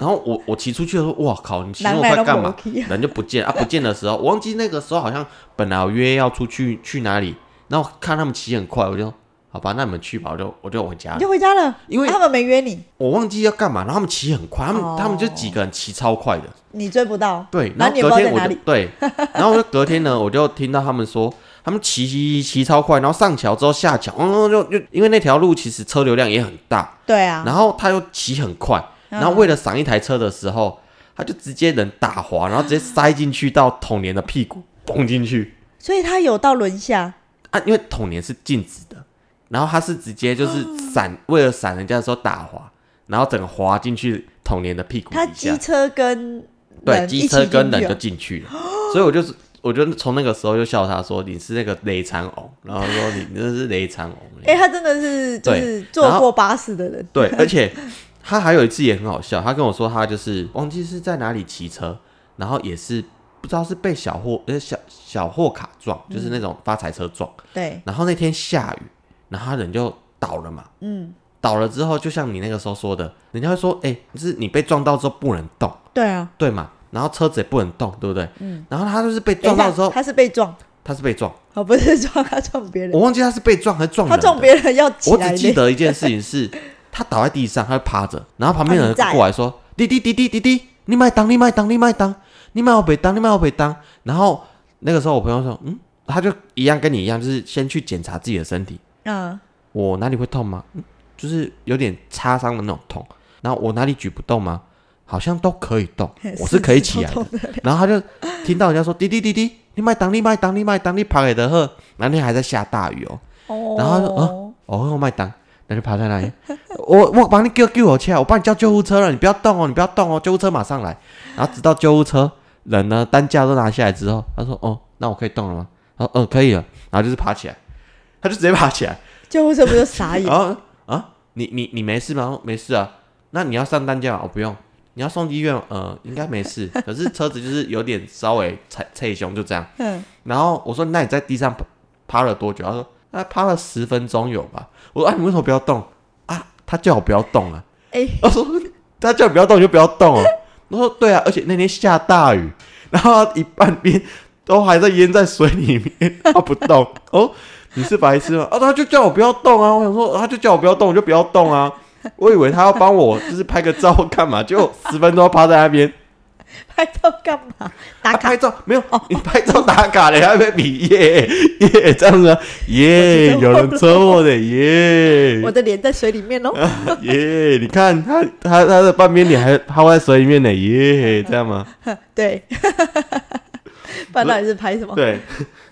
[SPEAKER 3] 然后我我骑出去的时候，哇靠！你骑那么
[SPEAKER 2] 人来
[SPEAKER 3] 快
[SPEAKER 2] 都
[SPEAKER 3] 干嘛
[SPEAKER 2] 没去？
[SPEAKER 3] 人就不见 了啊！不见的时候，我忘记那个时候好像本来有约要出去去哪里，然后看他们骑很快，我就好吧，那你们去吧，我就我就回家
[SPEAKER 2] 你
[SPEAKER 3] 了
[SPEAKER 2] 就。回家了，啊
[SPEAKER 3] 因为
[SPEAKER 2] 他们没约你，
[SPEAKER 3] 我忘记要干嘛，然后他们骑很快，他们、
[SPEAKER 2] 哦
[SPEAKER 3] 他们就几个人骑超快的，
[SPEAKER 2] 你追不到，
[SPEAKER 3] 对。
[SPEAKER 2] 然
[SPEAKER 3] 然
[SPEAKER 2] 后你也
[SPEAKER 3] 后
[SPEAKER 2] 不
[SPEAKER 3] 隔
[SPEAKER 2] 知道在
[SPEAKER 3] 天我
[SPEAKER 2] 哪
[SPEAKER 3] 就
[SPEAKER 2] 里，
[SPEAKER 3] 对，然后我就隔天呢，我就听到他们说，他们骑骑骑超快，然后上桥之后下桥，嗯，就就因为那条路其实车流量也很大，
[SPEAKER 2] 对啊，嗯
[SPEAKER 3] 然后他又骑很快，然后为了闪一台车的时候，他就直接人打滑，然后直接塞进去到统联的屁股，蹦进去
[SPEAKER 2] 所以他有到轮下，
[SPEAKER 3] 啊，因为统联是禁止的，然后他是直接就是
[SPEAKER 2] 嗯
[SPEAKER 3] 闪，为了闪人家的时候打滑，然后整个滑进去统联的屁股底下，
[SPEAKER 2] 他机车跟
[SPEAKER 3] 对，
[SPEAKER 2] 人一
[SPEAKER 3] 机
[SPEAKER 2] 起
[SPEAKER 3] 车
[SPEAKER 2] 进
[SPEAKER 3] 跟
[SPEAKER 2] 去
[SPEAKER 3] 人
[SPEAKER 2] 哦
[SPEAKER 3] 就进去了，所以我就是，我就从那个时候就笑他说你是那个雷长偶，然后说你你这是雷长偶，
[SPEAKER 2] 哎、他真的是就
[SPEAKER 3] 对
[SPEAKER 2] 是坐
[SPEAKER 3] 然
[SPEAKER 2] 过
[SPEAKER 3] 后
[SPEAKER 2] 巴士的人，
[SPEAKER 3] 对，而且他还有一次也很好笑，他跟我说他就是忘记是在哪里骑车，然后也是不知道是被小货呃小小货卡撞，
[SPEAKER 2] 嗯
[SPEAKER 3] 就是那种发财车撞，
[SPEAKER 2] 对，
[SPEAKER 3] 然后那天下雨，然后他人就倒了嘛，
[SPEAKER 2] 嗯，
[SPEAKER 3] 倒了之后就像你那个时候说的，人家会说哎、就是你被撞到之后不能动，
[SPEAKER 2] 对啊，
[SPEAKER 3] 对嘛，然后车子也不能动，对不对？
[SPEAKER 2] 嗯，
[SPEAKER 3] 然后他就是被
[SPEAKER 2] 等
[SPEAKER 3] 撞
[SPEAKER 2] 一下
[SPEAKER 3] 到之后，
[SPEAKER 2] 他是被撞，
[SPEAKER 3] 他是被撞，
[SPEAKER 2] 哦，不是 撞他撞别人，
[SPEAKER 3] 我忘记他是被撞还是撞
[SPEAKER 2] 他
[SPEAKER 3] 人的
[SPEAKER 2] 撞别人要起
[SPEAKER 3] 我
[SPEAKER 2] 来
[SPEAKER 3] 只记
[SPEAKER 2] 嘞，
[SPEAKER 3] 得一件事情 是，他倒在地上，他就趴着，然后旁边
[SPEAKER 2] 啊
[SPEAKER 3] 有
[SPEAKER 2] 你
[SPEAKER 3] 人
[SPEAKER 2] 在
[SPEAKER 3] 过来说：“滴滴滴滴滴滴，你麦当，你麦当，你麦当，你麦我北当，你麦我北当。”然后那个时候我朋友说：“嗯，他就一样跟你一样，就是先去检查自己的身体，
[SPEAKER 2] 嗯，
[SPEAKER 3] 我哪里会痛吗？嗯就是有点擦伤的那种痛。然后我哪里举不动吗？好像都可以动，我 是可以起来 的。”
[SPEAKER 2] 的，
[SPEAKER 3] 然后他就听到人家说滴滴滴滴，你麦当，你麦当，你麦当，你爬给的喝。那天还在下大雨哦，
[SPEAKER 2] 哦，
[SPEAKER 3] 然后他说啊哦，我麦当，那就爬在那里。 我我帮你叫救火车，我帮你叫救护车了，你不要动哦，你不要动哦，救护车马上来。然后直到救护车人呢担架都拿下来之后，他说哦，那我可以动了吗？他说嗯，可以了。然后就是爬起来，他就直接爬起来，
[SPEAKER 2] 救护车不就傻眼
[SPEAKER 3] 然，后啊，你你你没事吗？哦没事啊。那你要上担架吗？哦我、不用。你要送医院吗？呃，应该没事。可是车子就是有点稍微踩踩胸，就这样。
[SPEAKER 2] 嗯，
[SPEAKER 3] 然后我说：“那你在地上趴趴了多久？”他说：“啊，趴了十分钟有吧。”我说：“啊，你为什么不要动啊？”他叫我不要动啊。
[SPEAKER 2] 哎
[SPEAKER 3] 我说：“他叫你不要动，你就不要动哦。”我说：“对啊，而且那天下大雨，然后他一半边都还在淹在水里面，他不动。哦，你是白痴吗？啊，他就叫我不要动啊。我想说，他就叫我不要动，我就不要动啊。我以为他要帮我就是拍个照或干嘛，结果十分钟趴在那边。”
[SPEAKER 2] 拍照干嘛？打
[SPEAKER 3] 啊
[SPEAKER 2] 卡哦
[SPEAKER 3] 拍，照没有？你拍照打卡嘞，还被比耶耶这样子啊，耶，
[SPEAKER 2] 我知道
[SPEAKER 3] 有人车祸的耶
[SPEAKER 2] 我的脸在水里面哦，
[SPEAKER 3] 啊耶！你看他他他的半边脸还泡在水里面呢，耶，这样吗？
[SPEAKER 2] 对，不然到底是拍什么？
[SPEAKER 3] 对，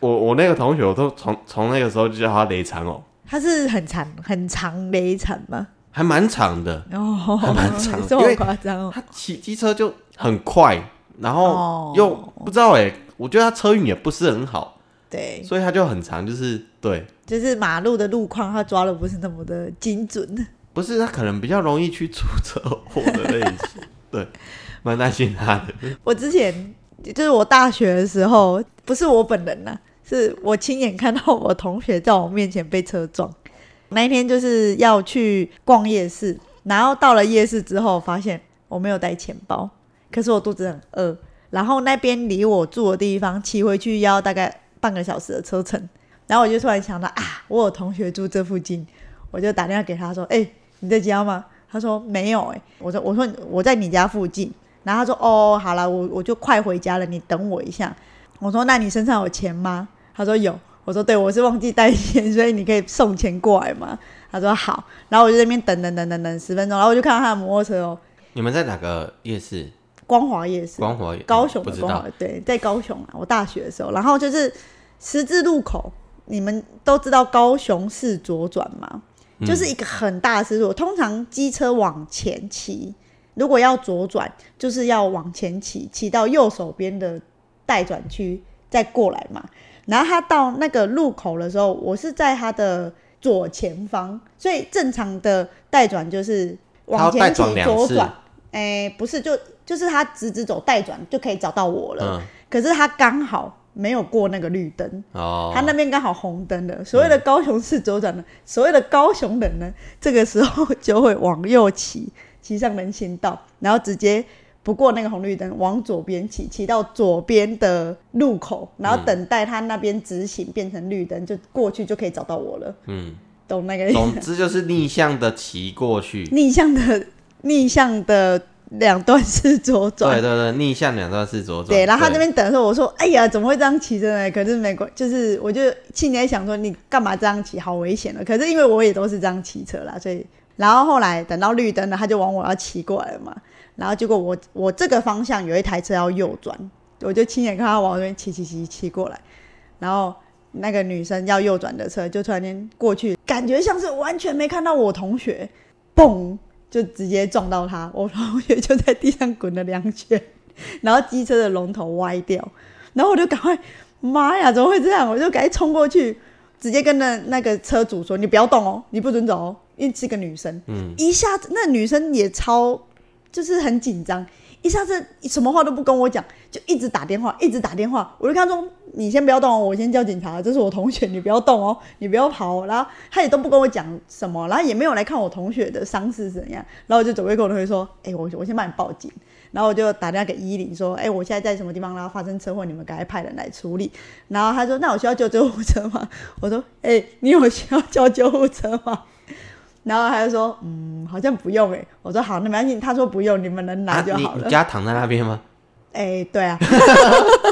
[SPEAKER 3] 我我那个同学，我都从从那个时候就叫他雷长哦，
[SPEAKER 2] 他是很长很长雷惨吗？
[SPEAKER 3] 还蛮长的，
[SPEAKER 2] 哦，
[SPEAKER 3] 还蛮长的
[SPEAKER 2] 这
[SPEAKER 3] 因
[SPEAKER 2] 么
[SPEAKER 3] 为
[SPEAKER 2] 夸张哦，
[SPEAKER 3] 他骑机车就很快，然
[SPEAKER 2] 哦
[SPEAKER 3] 后又不知道哎、我觉得他车运也不是很好，
[SPEAKER 2] 对，
[SPEAKER 3] 所以他就很长，就是对。
[SPEAKER 2] 就是马路的路况，他抓的不是那么的精准。
[SPEAKER 3] 不是，他可能比较容易去出车祸的类型， 对，蛮担心他的。
[SPEAKER 2] 我之前就是我大学的时候，不是我本人呐、是我亲眼看到我同学在我面前被车撞。那一天就是要去逛夜市，然后到了夜市之后，发现我没有带钱包，可是我肚子很饿。然后那边离我住的地方骑回去要大概半个小时的车程，然后我就突然想到啊，我有同学住这附近，我就打电话给他说：“哎、你在家吗？”他说：“没有、哎，我说：“我说我在你家附近。”然后他说：“哦，好了，我我就快回家了，你等我一下。”我说：“那你身上有钱吗？”他说：“有。”我说：“对，我是忘记带钱，所以你可以送钱过来吗？”他说：“好。”然后我就在那边等等等等等十分钟，然后我就看到他的摩托车哦，
[SPEAKER 3] 你们在哪个夜市？
[SPEAKER 2] 光华夜市，
[SPEAKER 3] 光华夜
[SPEAKER 2] 高雄
[SPEAKER 3] 嗯不
[SPEAKER 2] 的
[SPEAKER 3] 知
[SPEAKER 2] 光
[SPEAKER 3] 道
[SPEAKER 2] 华，对，在高雄啊，我大学的时候，然后就是十字路口，你们都知道高雄市左转吗？
[SPEAKER 3] 嗯
[SPEAKER 2] 就是一个很大的十字路口，通常机车往前骑，如果要左转，就是要往前骑，骑到右手边的待转区再过来嘛。然后他到那个路口的时候，我是在他的左前方，所以正常的待转就是往
[SPEAKER 3] 他要
[SPEAKER 2] 前
[SPEAKER 3] 带
[SPEAKER 2] 骑
[SPEAKER 3] 转两
[SPEAKER 2] 左
[SPEAKER 3] 次
[SPEAKER 2] 转，哎、不是就就是他直直走带转就可以找到我了。
[SPEAKER 3] 嗯，
[SPEAKER 2] 可是他刚好没有过那个绿灯，
[SPEAKER 3] 哦，嗯
[SPEAKER 2] 他那边刚好红灯了。所谓的高雄市左转呢，所谓的高雄人呢，这个时候 就会往右骑，骑上人行道，然后直接不过那个红绿灯，往左边骑，骑到左边的
[SPEAKER 3] 嗯
[SPEAKER 2] 路口，然后等待他那边直行变成绿灯，就过去就可以找到我了。
[SPEAKER 3] 嗯，
[SPEAKER 2] 懂那个意思，
[SPEAKER 3] 总之就是逆向的骑过去
[SPEAKER 2] 逆向的逆向的两段是左
[SPEAKER 3] 对
[SPEAKER 2] 转，
[SPEAKER 3] 对对，逆向两段是左转。
[SPEAKER 2] 对，然后他那边等的时候，我说：“哎呀，怎么会这样骑着呢？”可是没关，就是我就心里在想说，你干嘛这样骑，好危险了。可是因为我也都是这样骑车啦，所以然后后来等到绿灯了，他就往我要骑过来了嘛。然后结果我我这个方向有一台车要右转，我就亲眼看他往我这边骑骑骑骑过来，然后那个女生要右转的车就突然间过去，感觉像是完全没看到我同学，嘣就直接撞到他，我同学就在地上滚了两圈。然后机车的龙头歪掉，然后我就赶快，妈呀，怎么会这样？我就赶快冲过去，直接跟那那个车主说：“你不要动哦，你不准走哦。”因为是个女生，
[SPEAKER 3] 嗯，
[SPEAKER 2] 一下子那女生也超就是很紧张，一下子什么话都不跟我讲，就一直打电话，一直打电话。我就跟她说：“你先不要动哦，我先叫警察，这是我同学，你不要动哦，你不要跑、哦。”然后她也都不跟我讲什么，然后也没有来看我同学的伤势怎样。然后我就走过去跟我同学说：“哎、我我先帮你报警。”然后我就打电话给一零说：“哎、我现在在什么地方？然后发生车祸，你们赶快派人来处理。”然后他说：“那我需要救救护车吗？” 我说：“哎、你有需要叫救护车吗？” 然后他就说：“嗯，好像不用哎、我说：“好，那没关系。”他说：“不用，你们能来
[SPEAKER 3] 啊，
[SPEAKER 2] 就
[SPEAKER 3] 你
[SPEAKER 2] 好了。
[SPEAKER 3] 你家躺在那边吗？
[SPEAKER 2] 哎、对啊，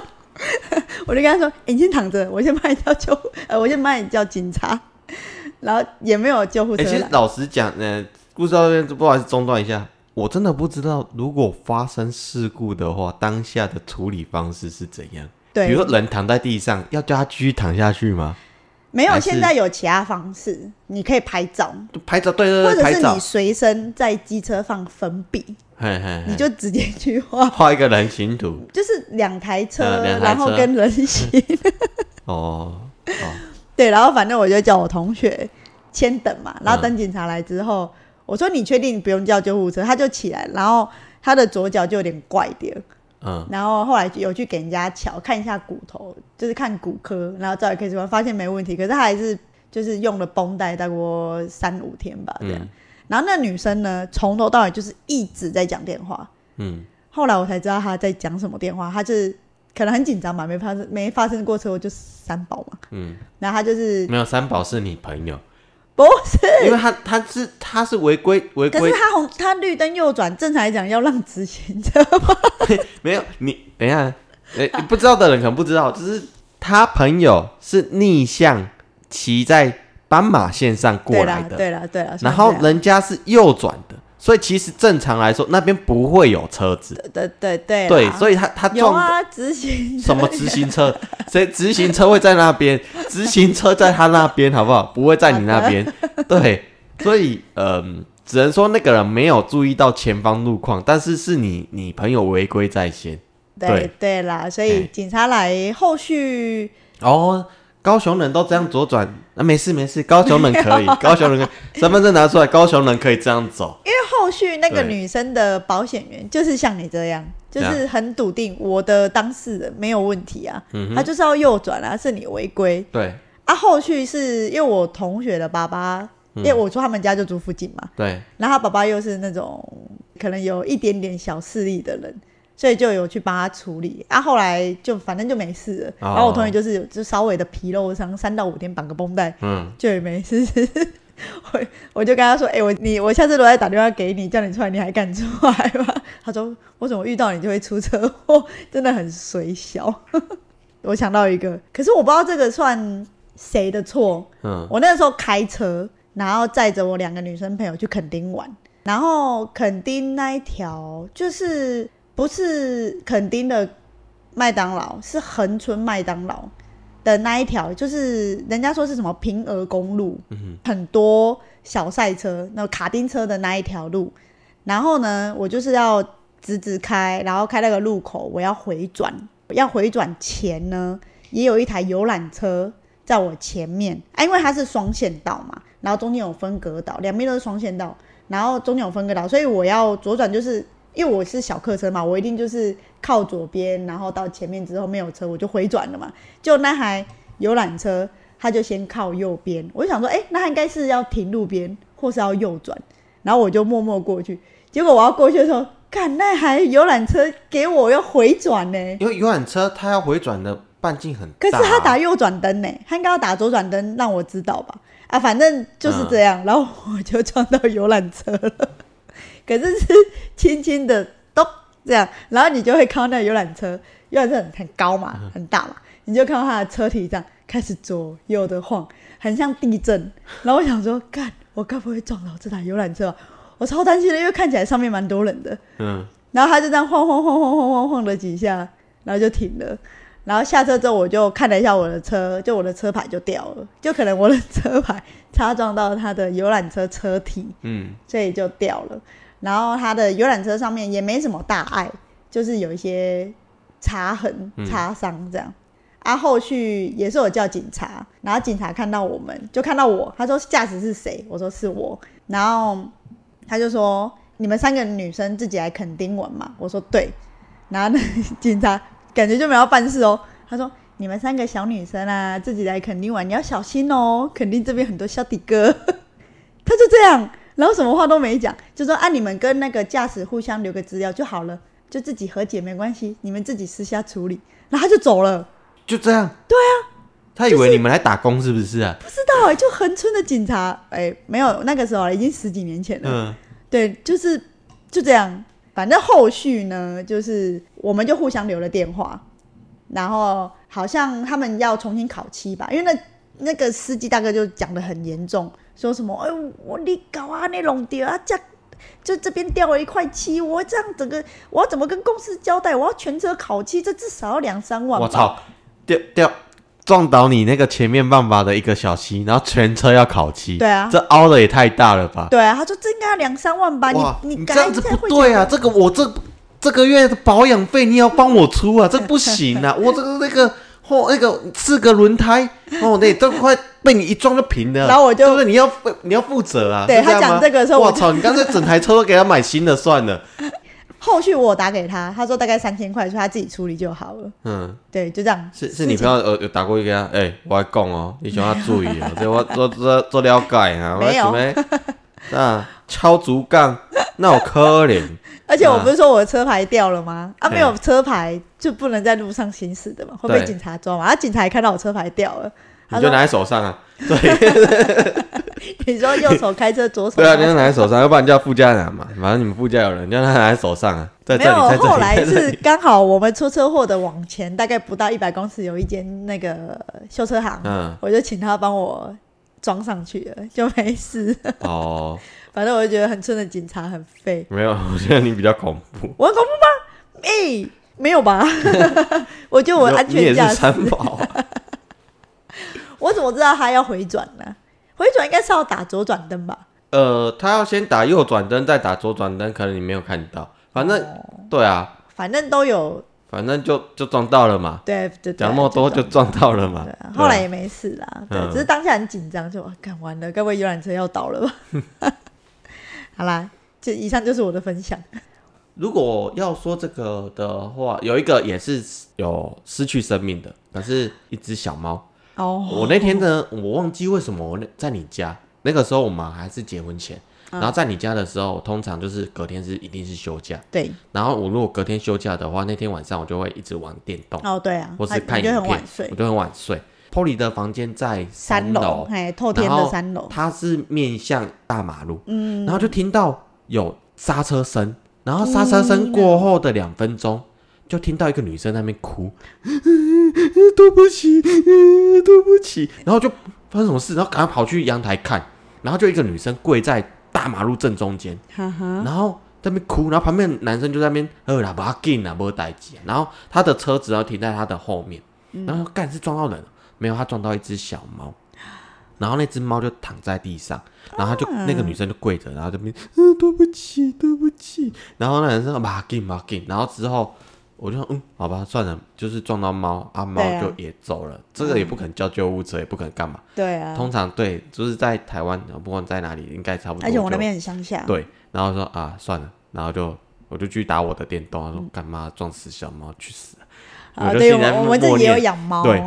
[SPEAKER 2] 我就跟他说：“哎、你先躺着，我先帮你叫救护，呃，我先帮你叫警察。” 然后也没有救护车
[SPEAKER 3] 哎、其实
[SPEAKER 2] 来，
[SPEAKER 3] 老实讲，呃，故事到这边，不好意思中断一下，我真的不知道如果发生事故的话，当下的处理方式是怎样。
[SPEAKER 2] 对，
[SPEAKER 3] 比如说人躺在地上，要叫他继续躺下去吗？
[SPEAKER 2] 没有。
[SPEAKER 3] 还是
[SPEAKER 2] 现在有其他方式，你可以拍照，
[SPEAKER 3] 就拍照，对
[SPEAKER 2] 或
[SPEAKER 3] 对对，
[SPEAKER 2] 者
[SPEAKER 3] 拍
[SPEAKER 2] 是
[SPEAKER 3] 照
[SPEAKER 2] 你，随身在机车放粉笔，
[SPEAKER 3] 嘿嘿
[SPEAKER 2] 你
[SPEAKER 3] 嘿，
[SPEAKER 2] 就直接去画，
[SPEAKER 3] 画一个人形图。
[SPEAKER 2] 就是两台车，
[SPEAKER 3] 嗯两台
[SPEAKER 2] 然后
[SPEAKER 3] 车
[SPEAKER 2] 跟人形，
[SPEAKER 3] 哦哦，
[SPEAKER 2] 对，然后反正我就叫我同学先等嘛，
[SPEAKER 3] 嗯
[SPEAKER 2] 然后等警察来之后，我说你确定不用叫救护车，他就起来，然后他的左脚就有点怪点，
[SPEAKER 3] 嗯，
[SPEAKER 2] 然后后来有去给人家瞧看一下骨头，就是看骨科，然后照 X 光发现没问题，可是他还是就是用了绷带，大概三五天吧，这样。
[SPEAKER 3] 嗯
[SPEAKER 2] 然后那女生呢，从头到尾就是一直在讲电话，
[SPEAKER 3] 嗯，
[SPEAKER 2] 后来我才知道她在讲什么电话，她就是可能很紧张吧，没发生没发生过车祸，就是三宝嘛，
[SPEAKER 3] 嗯，
[SPEAKER 2] 然后她就是
[SPEAKER 3] 没有，三宝是你朋友，
[SPEAKER 2] 不是，
[SPEAKER 3] 因为他他是他是违规违
[SPEAKER 2] 可是
[SPEAKER 3] 规，
[SPEAKER 2] 她红她绿灯右转，正常来讲要让直行车嘛，
[SPEAKER 3] 没有你等一下，哎、你不知道的人可能不知道，就是他朋友是逆向骑在斑马线上过
[SPEAKER 2] 对
[SPEAKER 3] 来
[SPEAKER 2] 啦
[SPEAKER 3] 的，
[SPEAKER 2] 对啦对啦，
[SPEAKER 3] 然后
[SPEAKER 2] 算是这样
[SPEAKER 3] 人家是右转的，所以其实正常来说那边不会有车子，
[SPEAKER 2] 对对对
[SPEAKER 3] 对，
[SPEAKER 2] 以
[SPEAKER 3] 所以他他
[SPEAKER 2] 有
[SPEAKER 3] 撞、
[SPEAKER 2] 啊直行车
[SPEAKER 3] 什么直行车？谁直行车会在那边？直行车在他那边，好不好？不会在你那 边。对，所以嗯、只能说那个人没有注意到前方路况，但是是你你朋友违规在先。
[SPEAKER 2] 对
[SPEAKER 3] 对
[SPEAKER 2] 对啦，所以
[SPEAKER 3] 哎
[SPEAKER 2] 警察来后续
[SPEAKER 3] 哦，高雄人都这样左转，啊，没事没事，高雄人 可以，高雄人可以，身份证拿出来，高雄人可以这样走。
[SPEAKER 2] 因为后续那个
[SPEAKER 3] 对
[SPEAKER 2] 女生的保险员就是像你这样，就
[SPEAKER 3] 怎
[SPEAKER 2] 是很笃定我的当事人没有问题啊，
[SPEAKER 3] 嗯
[SPEAKER 2] 他就是要右转啊，是你违规
[SPEAKER 3] 对
[SPEAKER 2] 啊。后续是因为我同学的爸爸，因为我说他们家就住附近嘛，
[SPEAKER 3] 对，
[SPEAKER 2] 然后他爸爸又是那种可能有一点点小势力的人，所以就有去帮他处理啊。后来就反正就没事了，
[SPEAKER 3] 哦
[SPEAKER 2] 然后我同学就是有就稍微的皮肉伤，三到五天绑个绷带，
[SPEAKER 3] 嗯，
[SPEAKER 2] 就也没事。我我就跟他说：“哎、我你我下次都在打电话给你，叫你出来，你还敢出来吗？”他说：“我怎么遇到你就会出车祸， 真的很水小。” 我想到一个，可是我不知道这个算谁的错。
[SPEAKER 3] 嗯
[SPEAKER 2] 我那时候开车，然后载着我两个女生朋友去垦丁玩，然后垦丁那一条就是不是垦丁的麦当劳，是恒春麦当劳的那一条，就是人家说是什么平峨公路，
[SPEAKER 3] 嗯
[SPEAKER 2] 很多小赛车，那卡丁车的那一条路。然后呢，我就是要直直开，然后开那个路口，我要回转。要回转前呢，也有一台游览车在我前面啊，因为它是双线道嘛，然后中间有分隔岛，两边都是双线道，然后中间有分隔岛，所以我要左转就是。因为我是小客车嘛，我一定就是靠左边，然后到前面之后没有车，我就回转了嘛。就那台游览车，他就先靠右边。我就想说，哎、那他应该是要停路边，或是要右转。然后我就默默过去。结果我要过去的时候，看那台游览车给我要回转呢、
[SPEAKER 3] 因为游览车它要回转的半径很
[SPEAKER 2] 可
[SPEAKER 3] 大啊、
[SPEAKER 2] 欸是他打右转灯呢、他应该要打左转灯让我知道吧？啊，反正就是这
[SPEAKER 3] 嗯
[SPEAKER 2] 样。然后我就撞到游览车了， 可是是轻轻的咚这样，然后你就会看到那游览车，游览车很很高嘛，
[SPEAKER 3] 嗯
[SPEAKER 2] 很大嘛，你就看到它的车体这样开始左右的晃，很像地震。然后我想说，干，我该不会撞到这台游览车吧？我超担心的，因为看起来上面蛮多人的。
[SPEAKER 3] 嗯，
[SPEAKER 2] 然后他就这样晃晃晃晃晃晃晃了几下，然后就停了。然后下车之后，我就看了一下我的车，就我的车牌就掉了，就可能我的车牌 擦撞到他的游览车车体，
[SPEAKER 3] 嗯，
[SPEAKER 2] 所以就掉了。然后他的游览车上面也没什么大碍，就是有一些擦痕、擦伤这样。啊，后续也是我叫警察，然后警察看到我们，就看到我，他说驾驶是谁？我说是我，然后他就说你们三个女生自己来垦丁玩嘛，我说对，然后那警察感觉就没有要办事哦，他说你们三个小女生啊，自己来垦丁玩，你要小心哦，垦丁这边很多小弟哥，他就这样，然后什么话都没讲，就说啊你们跟那个驾驶互相留个资料就好了，就自己和解没关系，你们自己私下处理，然后他就走了。
[SPEAKER 3] 就这样。对啊，他以为你们来打工是不是啊？
[SPEAKER 2] 不知道哎、就横村的警察哎、没有那个时候啊已经十几年前了。
[SPEAKER 3] 嗯
[SPEAKER 2] 对，就是就这样。反正后续呢，就是我们就互相留了电话，然后好像他们要重新考期吧，因为那那个司机大哥就讲的很严重，说什么哎、我你搞啊，你弄掉啊，这样就这边掉了一块漆，我这样整个我要怎么跟公司交代？我要全车烤漆，这至少要两三万吧。
[SPEAKER 3] 我操，掉掉撞倒你那个前面半把的一个小溪，然后全车要烤漆，
[SPEAKER 2] 对啊
[SPEAKER 3] 这凹的也太大了吧？
[SPEAKER 2] 对啊，他说这应该要两三万吧，
[SPEAKER 3] 哇，
[SPEAKER 2] 啊你
[SPEAKER 3] 你
[SPEAKER 2] 你
[SPEAKER 3] 这
[SPEAKER 2] 改
[SPEAKER 3] 样子
[SPEAKER 2] 一下
[SPEAKER 3] 不
[SPEAKER 2] 会
[SPEAKER 3] 对啊，
[SPEAKER 2] 怎
[SPEAKER 3] 这个我这这个月的保养费你要帮我出 啊，这不行啊，我这个那个。哦，那个四个轮胎，哦，那都快被你一撞就平了。
[SPEAKER 2] 然后我就
[SPEAKER 3] 对不对？你要负你要负责啊。
[SPEAKER 2] 对
[SPEAKER 3] 是样
[SPEAKER 2] 他讲
[SPEAKER 3] 吗
[SPEAKER 2] 这个的时候
[SPEAKER 3] 我
[SPEAKER 2] 我就
[SPEAKER 3] 操！你干脆整台车都给他买新的算了。
[SPEAKER 2] 后续我有打给他，他说大概三千块，说他自己处理就好了。
[SPEAKER 3] 嗯，
[SPEAKER 2] 对，就这样。
[SPEAKER 3] 是是你朋友有有打过去给他，哎、我还讲哦，你想要注意 哦，这我做做做了解啊，我
[SPEAKER 2] 没有
[SPEAKER 3] 准备啊敲竹杠，那有 可怜。
[SPEAKER 2] 而且我
[SPEAKER 3] 啊
[SPEAKER 2] 不是说我的车牌掉了吗？啊，
[SPEAKER 3] 嘿
[SPEAKER 2] 没有车牌就不能在路上行驶的嘛，会被
[SPEAKER 3] 对
[SPEAKER 2] 警察抓嘛。啊，警察也看到我车牌掉了，他
[SPEAKER 3] 你就
[SPEAKER 2] 说
[SPEAKER 3] 拿在手上啊，对
[SPEAKER 2] 你说右手开车，左手
[SPEAKER 3] 对啊，你
[SPEAKER 2] 拿
[SPEAKER 3] 就拿在手上，要不然叫副驾拿嘛，反正你们副驾有人，你就拿在手上啊，在
[SPEAKER 2] 没
[SPEAKER 3] 这里，
[SPEAKER 2] 有
[SPEAKER 3] 在，这
[SPEAKER 2] 后
[SPEAKER 3] 里，
[SPEAKER 2] 来
[SPEAKER 3] 在这
[SPEAKER 2] 是
[SPEAKER 3] 里，
[SPEAKER 2] 刚好我们出车祸的往前大概不到一百公尺有一间那个修车行，
[SPEAKER 3] 嗯，
[SPEAKER 2] 我就请他帮我装上去了，就没事。
[SPEAKER 3] 哦，
[SPEAKER 2] 反正我就觉得很村的警察很废，
[SPEAKER 3] 没有，我觉得你比较恐怖，
[SPEAKER 2] 我很恐怖吗？哎、没有吧？ 我觉得 我
[SPEAKER 3] 你
[SPEAKER 2] 安
[SPEAKER 3] 你
[SPEAKER 2] 全
[SPEAKER 3] 也
[SPEAKER 2] 驾
[SPEAKER 3] 是
[SPEAKER 2] 驶。
[SPEAKER 3] 三宝啊，
[SPEAKER 2] 我怎么知道他要回转呢、回转应该是要打左转灯吧？
[SPEAKER 3] 呃，他要先打右转灯，再打左转灯，可能你没有看到，反正
[SPEAKER 2] 哦
[SPEAKER 3] 对啊，
[SPEAKER 2] 反正都有，
[SPEAKER 3] 反正就就撞到了嘛，
[SPEAKER 2] 对对对，
[SPEAKER 3] 讲那么多就
[SPEAKER 2] 这种
[SPEAKER 3] 撞到了嘛
[SPEAKER 2] 对啊，
[SPEAKER 3] 对啊
[SPEAKER 2] 后来也没事啦，对，
[SPEAKER 3] 嗯
[SPEAKER 2] 只是当下很紧张，就啊干完了，该不会游览车要倒了吧？ 好啦，这以上就是我的分享。
[SPEAKER 3] 如果要说这个的话，有一个也是有失去生命的，可是一只小猫。
[SPEAKER 2] 哦，
[SPEAKER 3] 我那天呢，我忘记为什么我那在你家那个时候，我们还是结婚前，
[SPEAKER 2] 嗯
[SPEAKER 3] 然后在你家的时候，通常就是隔天是一定是休假，
[SPEAKER 2] 对，
[SPEAKER 3] 然后我如果隔天休假的话，那天晚上我就会一直玩电动，
[SPEAKER 2] 哦对啊，
[SPEAKER 3] 或是
[SPEAKER 2] 他
[SPEAKER 3] 看
[SPEAKER 2] 你就
[SPEAKER 3] 影
[SPEAKER 2] 很晚
[SPEAKER 3] 片，
[SPEAKER 2] 睡
[SPEAKER 3] 我，就很晚睡。Polly 的房间在
[SPEAKER 2] 三
[SPEAKER 3] 楼，
[SPEAKER 2] 哎，透天
[SPEAKER 3] 然
[SPEAKER 2] 的
[SPEAKER 3] 后
[SPEAKER 2] 三楼，
[SPEAKER 3] 它是面向大马路，嗯，然后就听到有刹车声，然后刹车声过后的两分钟，就听到一个女生在那边哭， 对不起， 呃对不起，然后就发生什么事，然后赶快跑去阳台看，然后就一个女生跪在大马路正中间，
[SPEAKER 2] 哈哈，
[SPEAKER 3] 然后在那边哭，然后旁边的男生就在那边呃啦，把他进啦，没代志，然后他的车子要停在他的后面，
[SPEAKER 2] 嗯
[SPEAKER 3] 然后干是撞到人了，没有，他撞到一只小猫，然后那只猫就躺在地上，
[SPEAKER 2] 啊
[SPEAKER 3] 然后他就、那个女生就跪着，然后这边嗯对不起对不起，然后那男生啊把进把进，然后之后。我就说嗯，好吧，算了，就是撞到猫，啊猫
[SPEAKER 2] 对啊
[SPEAKER 3] 就也走了，这个也不可能叫救护车，也不可能干嘛。
[SPEAKER 2] 对啊，
[SPEAKER 3] 通常对，就是在台湾，不管在哪里，应该差不多就。
[SPEAKER 2] 而且我那边很乡下，
[SPEAKER 3] 对，然后说啊算了，然后就我就去打我的电动，他说干嘛撞死小猫去死啊！
[SPEAKER 2] 嗯啊，
[SPEAKER 3] 就
[SPEAKER 2] 对，我
[SPEAKER 3] 心里在
[SPEAKER 2] 们我们自
[SPEAKER 3] 默
[SPEAKER 2] 己也有
[SPEAKER 3] 念
[SPEAKER 2] 养猫，
[SPEAKER 3] 对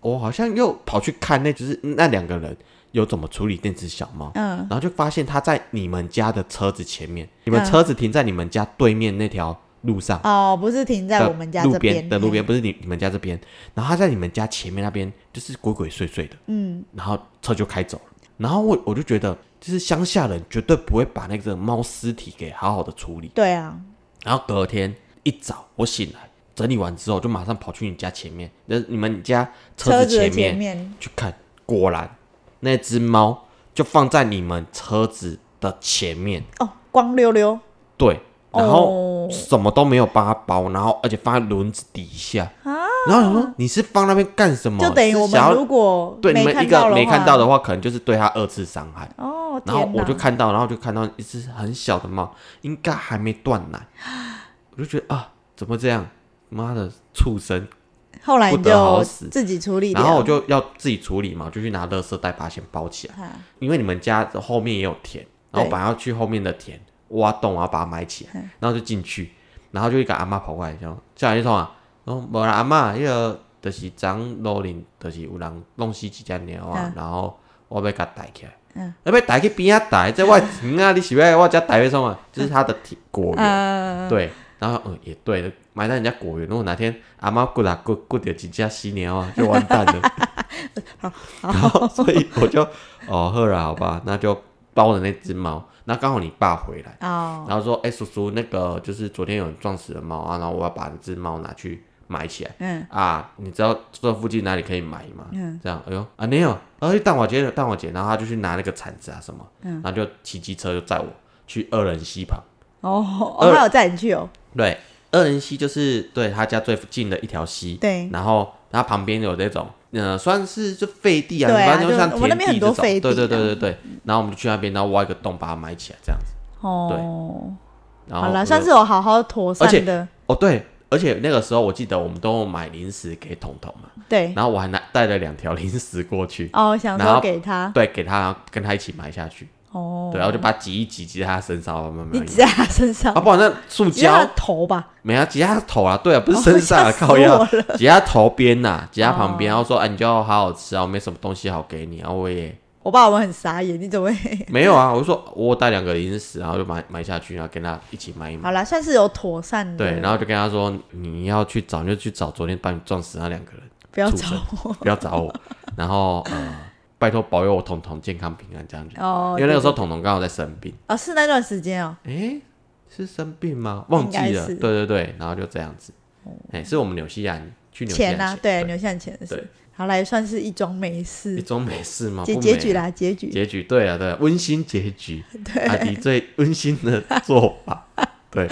[SPEAKER 3] 我好像又跑去看那，就是那两个人有怎么处理那只小猫，
[SPEAKER 2] 嗯
[SPEAKER 3] 然后就发现它在你们家的车子前面，你们
[SPEAKER 2] 嗯
[SPEAKER 3] 车子停在你们家对面那条路上。
[SPEAKER 2] 哦，不是停在
[SPEAKER 3] 的
[SPEAKER 2] 我们家
[SPEAKER 3] 路
[SPEAKER 2] 这边
[SPEAKER 3] 的路边，
[SPEAKER 2] 嘿
[SPEAKER 3] 不是你你们家这边，然后他在你们家前面那边就是鬼鬼祟祟的，嗯，然后车就开走了，然后我我就觉得，就是乡下人绝对不会把那个猫尸体给好好的处理。
[SPEAKER 2] 对啊，
[SPEAKER 3] 然后隔天一早我醒来，整理完之后就马上跑去你家前面，就是你们家车
[SPEAKER 2] 车
[SPEAKER 3] 子
[SPEAKER 2] 子的
[SPEAKER 3] 前
[SPEAKER 2] 前
[SPEAKER 3] 面
[SPEAKER 2] 面，
[SPEAKER 3] 去看，果然那只猫就放在你们车子的前面，
[SPEAKER 2] 哦，光溜溜，
[SPEAKER 3] 对，然后
[SPEAKER 2] 哦
[SPEAKER 3] 什么都没有帮它包，然后而且放在轮子底下。然后想说你是放那边干什么？
[SPEAKER 2] 啊就等于我
[SPEAKER 3] 是
[SPEAKER 2] 们
[SPEAKER 3] 想要
[SPEAKER 2] 如果
[SPEAKER 3] 对你
[SPEAKER 2] 没
[SPEAKER 3] 们一
[SPEAKER 2] 看到
[SPEAKER 3] 个
[SPEAKER 2] 的
[SPEAKER 3] 没
[SPEAKER 2] 话
[SPEAKER 3] 看到的话，可能就是对它二次伤害。
[SPEAKER 2] 哦，
[SPEAKER 3] 然后
[SPEAKER 2] 天
[SPEAKER 3] 我
[SPEAKER 2] 哪
[SPEAKER 3] 就看到，然后就看到一只很小的猫，应该还没断奶，我就觉得啊，怎么这样？妈的畜生！
[SPEAKER 2] 后来你
[SPEAKER 3] 不得好
[SPEAKER 2] 就
[SPEAKER 3] 死
[SPEAKER 2] 自己处理掉，
[SPEAKER 3] 然后我就要自己处理嘛，就去拿垃圾袋把它先包起来，
[SPEAKER 2] 啊
[SPEAKER 3] 因为你们家的后面也有田，然后
[SPEAKER 2] 对
[SPEAKER 3] 本来要去后面的田挖洞，然后把它埋起来，然后就进去，然后就一个阿妈跑过来，讲叫一通啊，然后无啦阿妈，迄个就是长路林，就是有人弄死一只猫啊
[SPEAKER 2] 嗯，
[SPEAKER 3] 然后我要甲抬起来。
[SPEAKER 2] 嗯
[SPEAKER 3] 要要抬去边仔抬，这我的田啊！你是要我家抬去什么？就是他的
[SPEAKER 2] 嗯
[SPEAKER 3] 田果园，
[SPEAKER 2] 呃，
[SPEAKER 3] 对，然后嗯也对，埋在人家果园。如果哪天阿妈过来过过掉几只犀牛啊，就完蛋了。然后所以我就哦，好了，好吧，那就包了那只猫。那刚好你爸回来，
[SPEAKER 2] 哦，
[SPEAKER 3] 然后说：“哎、叔叔，那个就是昨天有人撞死了猫啊，然后我要把那只猫拿去埋起来。”
[SPEAKER 2] 嗯
[SPEAKER 3] 啊，你知道这附近哪里可以买吗？
[SPEAKER 2] 嗯
[SPEAKER 3] 这样，哎呦啊没有，啊去蛋瓦姐蛋瓦姐，然后他就去拿那个铲子啊什么，然后就骑机车就载我去二人溪旁。
[SPEAKER 2] 哦，
[SPEAKER 3] 呃
[SPEAKER 2] 哦，他有载你去哦，
[SPEAKER 3] 对，二人溪就是对他家最近的一条溪，
[SPEAKER 2] 对
[SPEAKER 3] 然后它旁边有那种，呃，算是就废地啊，
[SPEAKER 2] 对啊
[SPEAKER 3] 反正就像
[SPEAKER 2] 就我们那
[SPEAKER 3] 田
[SPEAKER 2] 边
[SPEAKER 3] 地
[SPEAKER 2] 很多
[SPEAKER 3] 这种，对
[SPEAKER 2] 废地
[SPEAKER 3] 对
[SPEAKER 2] 啊
[SPEAKER 3] 对对对，然后我们就去那边，然后挖一个洞把它埋起来这样子，
[SPEAKER 2] 哦，
[SPEAKER 3] 然后
[SPEAKER 2] 好
[SPEAKER 3] 我
[SPEAKER 2] 了，
[SPEAKER 3] 就
[SPEAKER 2] 算是我好好妥
[SPEAKER 3] 而且
[SPEAKER 2] 善的，
[SPEAKER 3] 哦对。而且那个时候，我记得我们都买零食给彤彤嘛，
[SPEAKER 2] 对，
[SPEAKER 3] 然后我还拿带了两条零食过去，
[SPEAKER 2] 哦，想
[SPEAKER 3] 然后
[SPEAKER 2] 说给他，
[SPEAKER 3] 对，给他，然后跟他一起埋下去，
[SPEAKER 2] 哦，
[SPEAKER 3] 对，然后就把它挤一挤，挤在他身上，慢慢慢
[SPEAKER 2] 你
[SPEAKER 3] 慢
[SPEAKER 2] 挤在他身上
[SPEAKER 3] 啊，，不然那塑
[SPEAKER 2] 挤在他
[SPEAKER 3] 胶
[SPEAKER 2] 的头吧，
[SPEAKER 3] 没啊，挤在他头啊，对啊，不是
[SPEAKER 2] 哦
[SPEAKER 3] 身上
[SPEAKER 2] 吓
[SPEAKER 3] 啊，
[SPEAKER 2] 死
[SPEAKER 3] 靠腰
[SPEAKER 2] 我 了，
[SPEAKER 3] 挤在他头边呐，挤在他旁边，
[SPEAKER 2] 哦
[SPEAKER 3] 然后说，哎，你就要好好吃啊，我没什么东西好给你啊，我也
[SPEAKER 2] 我爸我们很傻眼，你怎么会？
[SPEAKER 3] 没有啊，我就说我有带两个零食，然后就埋埋下去，然后跟他一起埋一 埋，
[SPEAKER 2] 好啦，算是有妥善的，
[SPEAKER 3] 嗯对，然后就跟他说，你要去找你就去找昨天把你撞死那两个人，
[SPEAKER 2] 不要
[SPEAKER 3] 畜
[SPEAKER 2] 找
[SPEAKER 3] 生
[SPEAKER 2] 我，
[SPEAKER 3] 不要找我，然后呃，拜托保佑我彤彤健康平安这样子，
[SPEAKER 2] 哦，
[SPEAKER 3] 因为那个时
[SPEAKER 2] 候
[SPEAKER 3] 候彤彤刚好在生病。
[SPEAKER 2] 哦是那段时间哦，
[SPEAKER 3] 诶，是生病吗？忘记
[SPEAKER 2] 应
[SPEAKER 3] 了，
[SPEAKER 2] 该是哦
[SPEAKER 3] 对对对，然后就这样子。哎、是我们纽西兰去纽西兰
[SPEAKER 2] 钱啊，对，留下钱的
[SPEAKER 3] 对
[SPEAKER 2] 事，好来算是一桩美
[SPEAKER 3] 一
[SPEAKER 2] 事，
[SPEAKER 3] 桩美事吗？
[SPEAKER 2] 结
[SPEAKER 3] 不
[SPEAKER 2] 结
[SPEAKER 3] 美
[SPEAKER 2] 局
[SPEAKER 3] 啊，
[SPEAKER 2] 啦，结局，
[SPEAKER 3] 结局对啊对啊，温馨结局，阿迪最温馨的做 法，对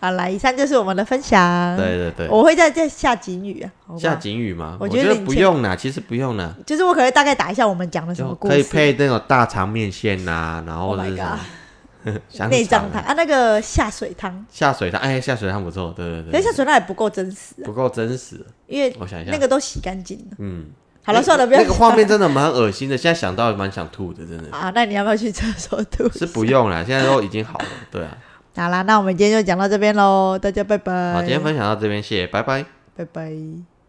[SPEAKER 2] 好啦，以上就是我们的分享，
[SPEAKER 3] 对对对。
[SPEAKER 2] 我会再再下警语啊，好不好
[SPEAKER 3] 下警语吗？
[SPEAKER 2] 哦我
[SPEAKER 3] 我
[SPEAKER 2] 觉得
[SPEAKER 3] 得
[SPEAKER 2] 你
[SPEAKER 3] 不
[SPEAKER 2] 欠
[SPEAKER 3] 用啦，其实不用啦，
[SPEAKER 2] 就是我可能大概打一下我们讲的什么
[SPEAKER 3] 就
[SPEAKER 2] 故
[SPEAKER 3] 可以
[SPEAKER 2] 事，
[SPEAKER 3] 配那种大肠面线呐、然后
[SPEAKER 2] Oh my
[SPEAKER 3] 是什么 香
[SPEAKER 2] 内脏
[SPEAKER 3] 肠
[SPEAKER 2] 汤
[SPEAKER 3] 啊、
[SPEAKER 2] 啊，那个下水汤，
[SPEAKER 3] 下水汤，哎，下水汤不错，对对
[SPEAKER 2] 可是
[SPEAKER 3] 对
[SPEAKER 2] 下
[SPEAKER 3] 对，
[SPEAKER 2] 水汤也不够真实啊，
[SPEAKER 3] 不够真实，
[SPEAKER 2] 因为
[SPEAKER 3] 我想一下
[SPEAKER 2] 那个都洗干净了。
[SPEAKER 3] 嗯，
[SPEAKER 2] 好了，
[SPEAKER 3] 那
[SPEAKER 2] 算了，不要
[SPEAKER 3] 那个画面真的蛮恶心的，现在想到蛮想吐的，真的。
[SPEAKER 2] 啊。那你要不要去厕所吐？
[SPEAKER 3] 是不用啦，现在都已经好了。对啊，
[SPEAKER 2] 好啦，那我们今天就讲到这边喽，大家拜拜。
[SPEAKER 3] 好，今天分享到这边，谢谢，拜拜。
[SPEAKER 2] 拜拜。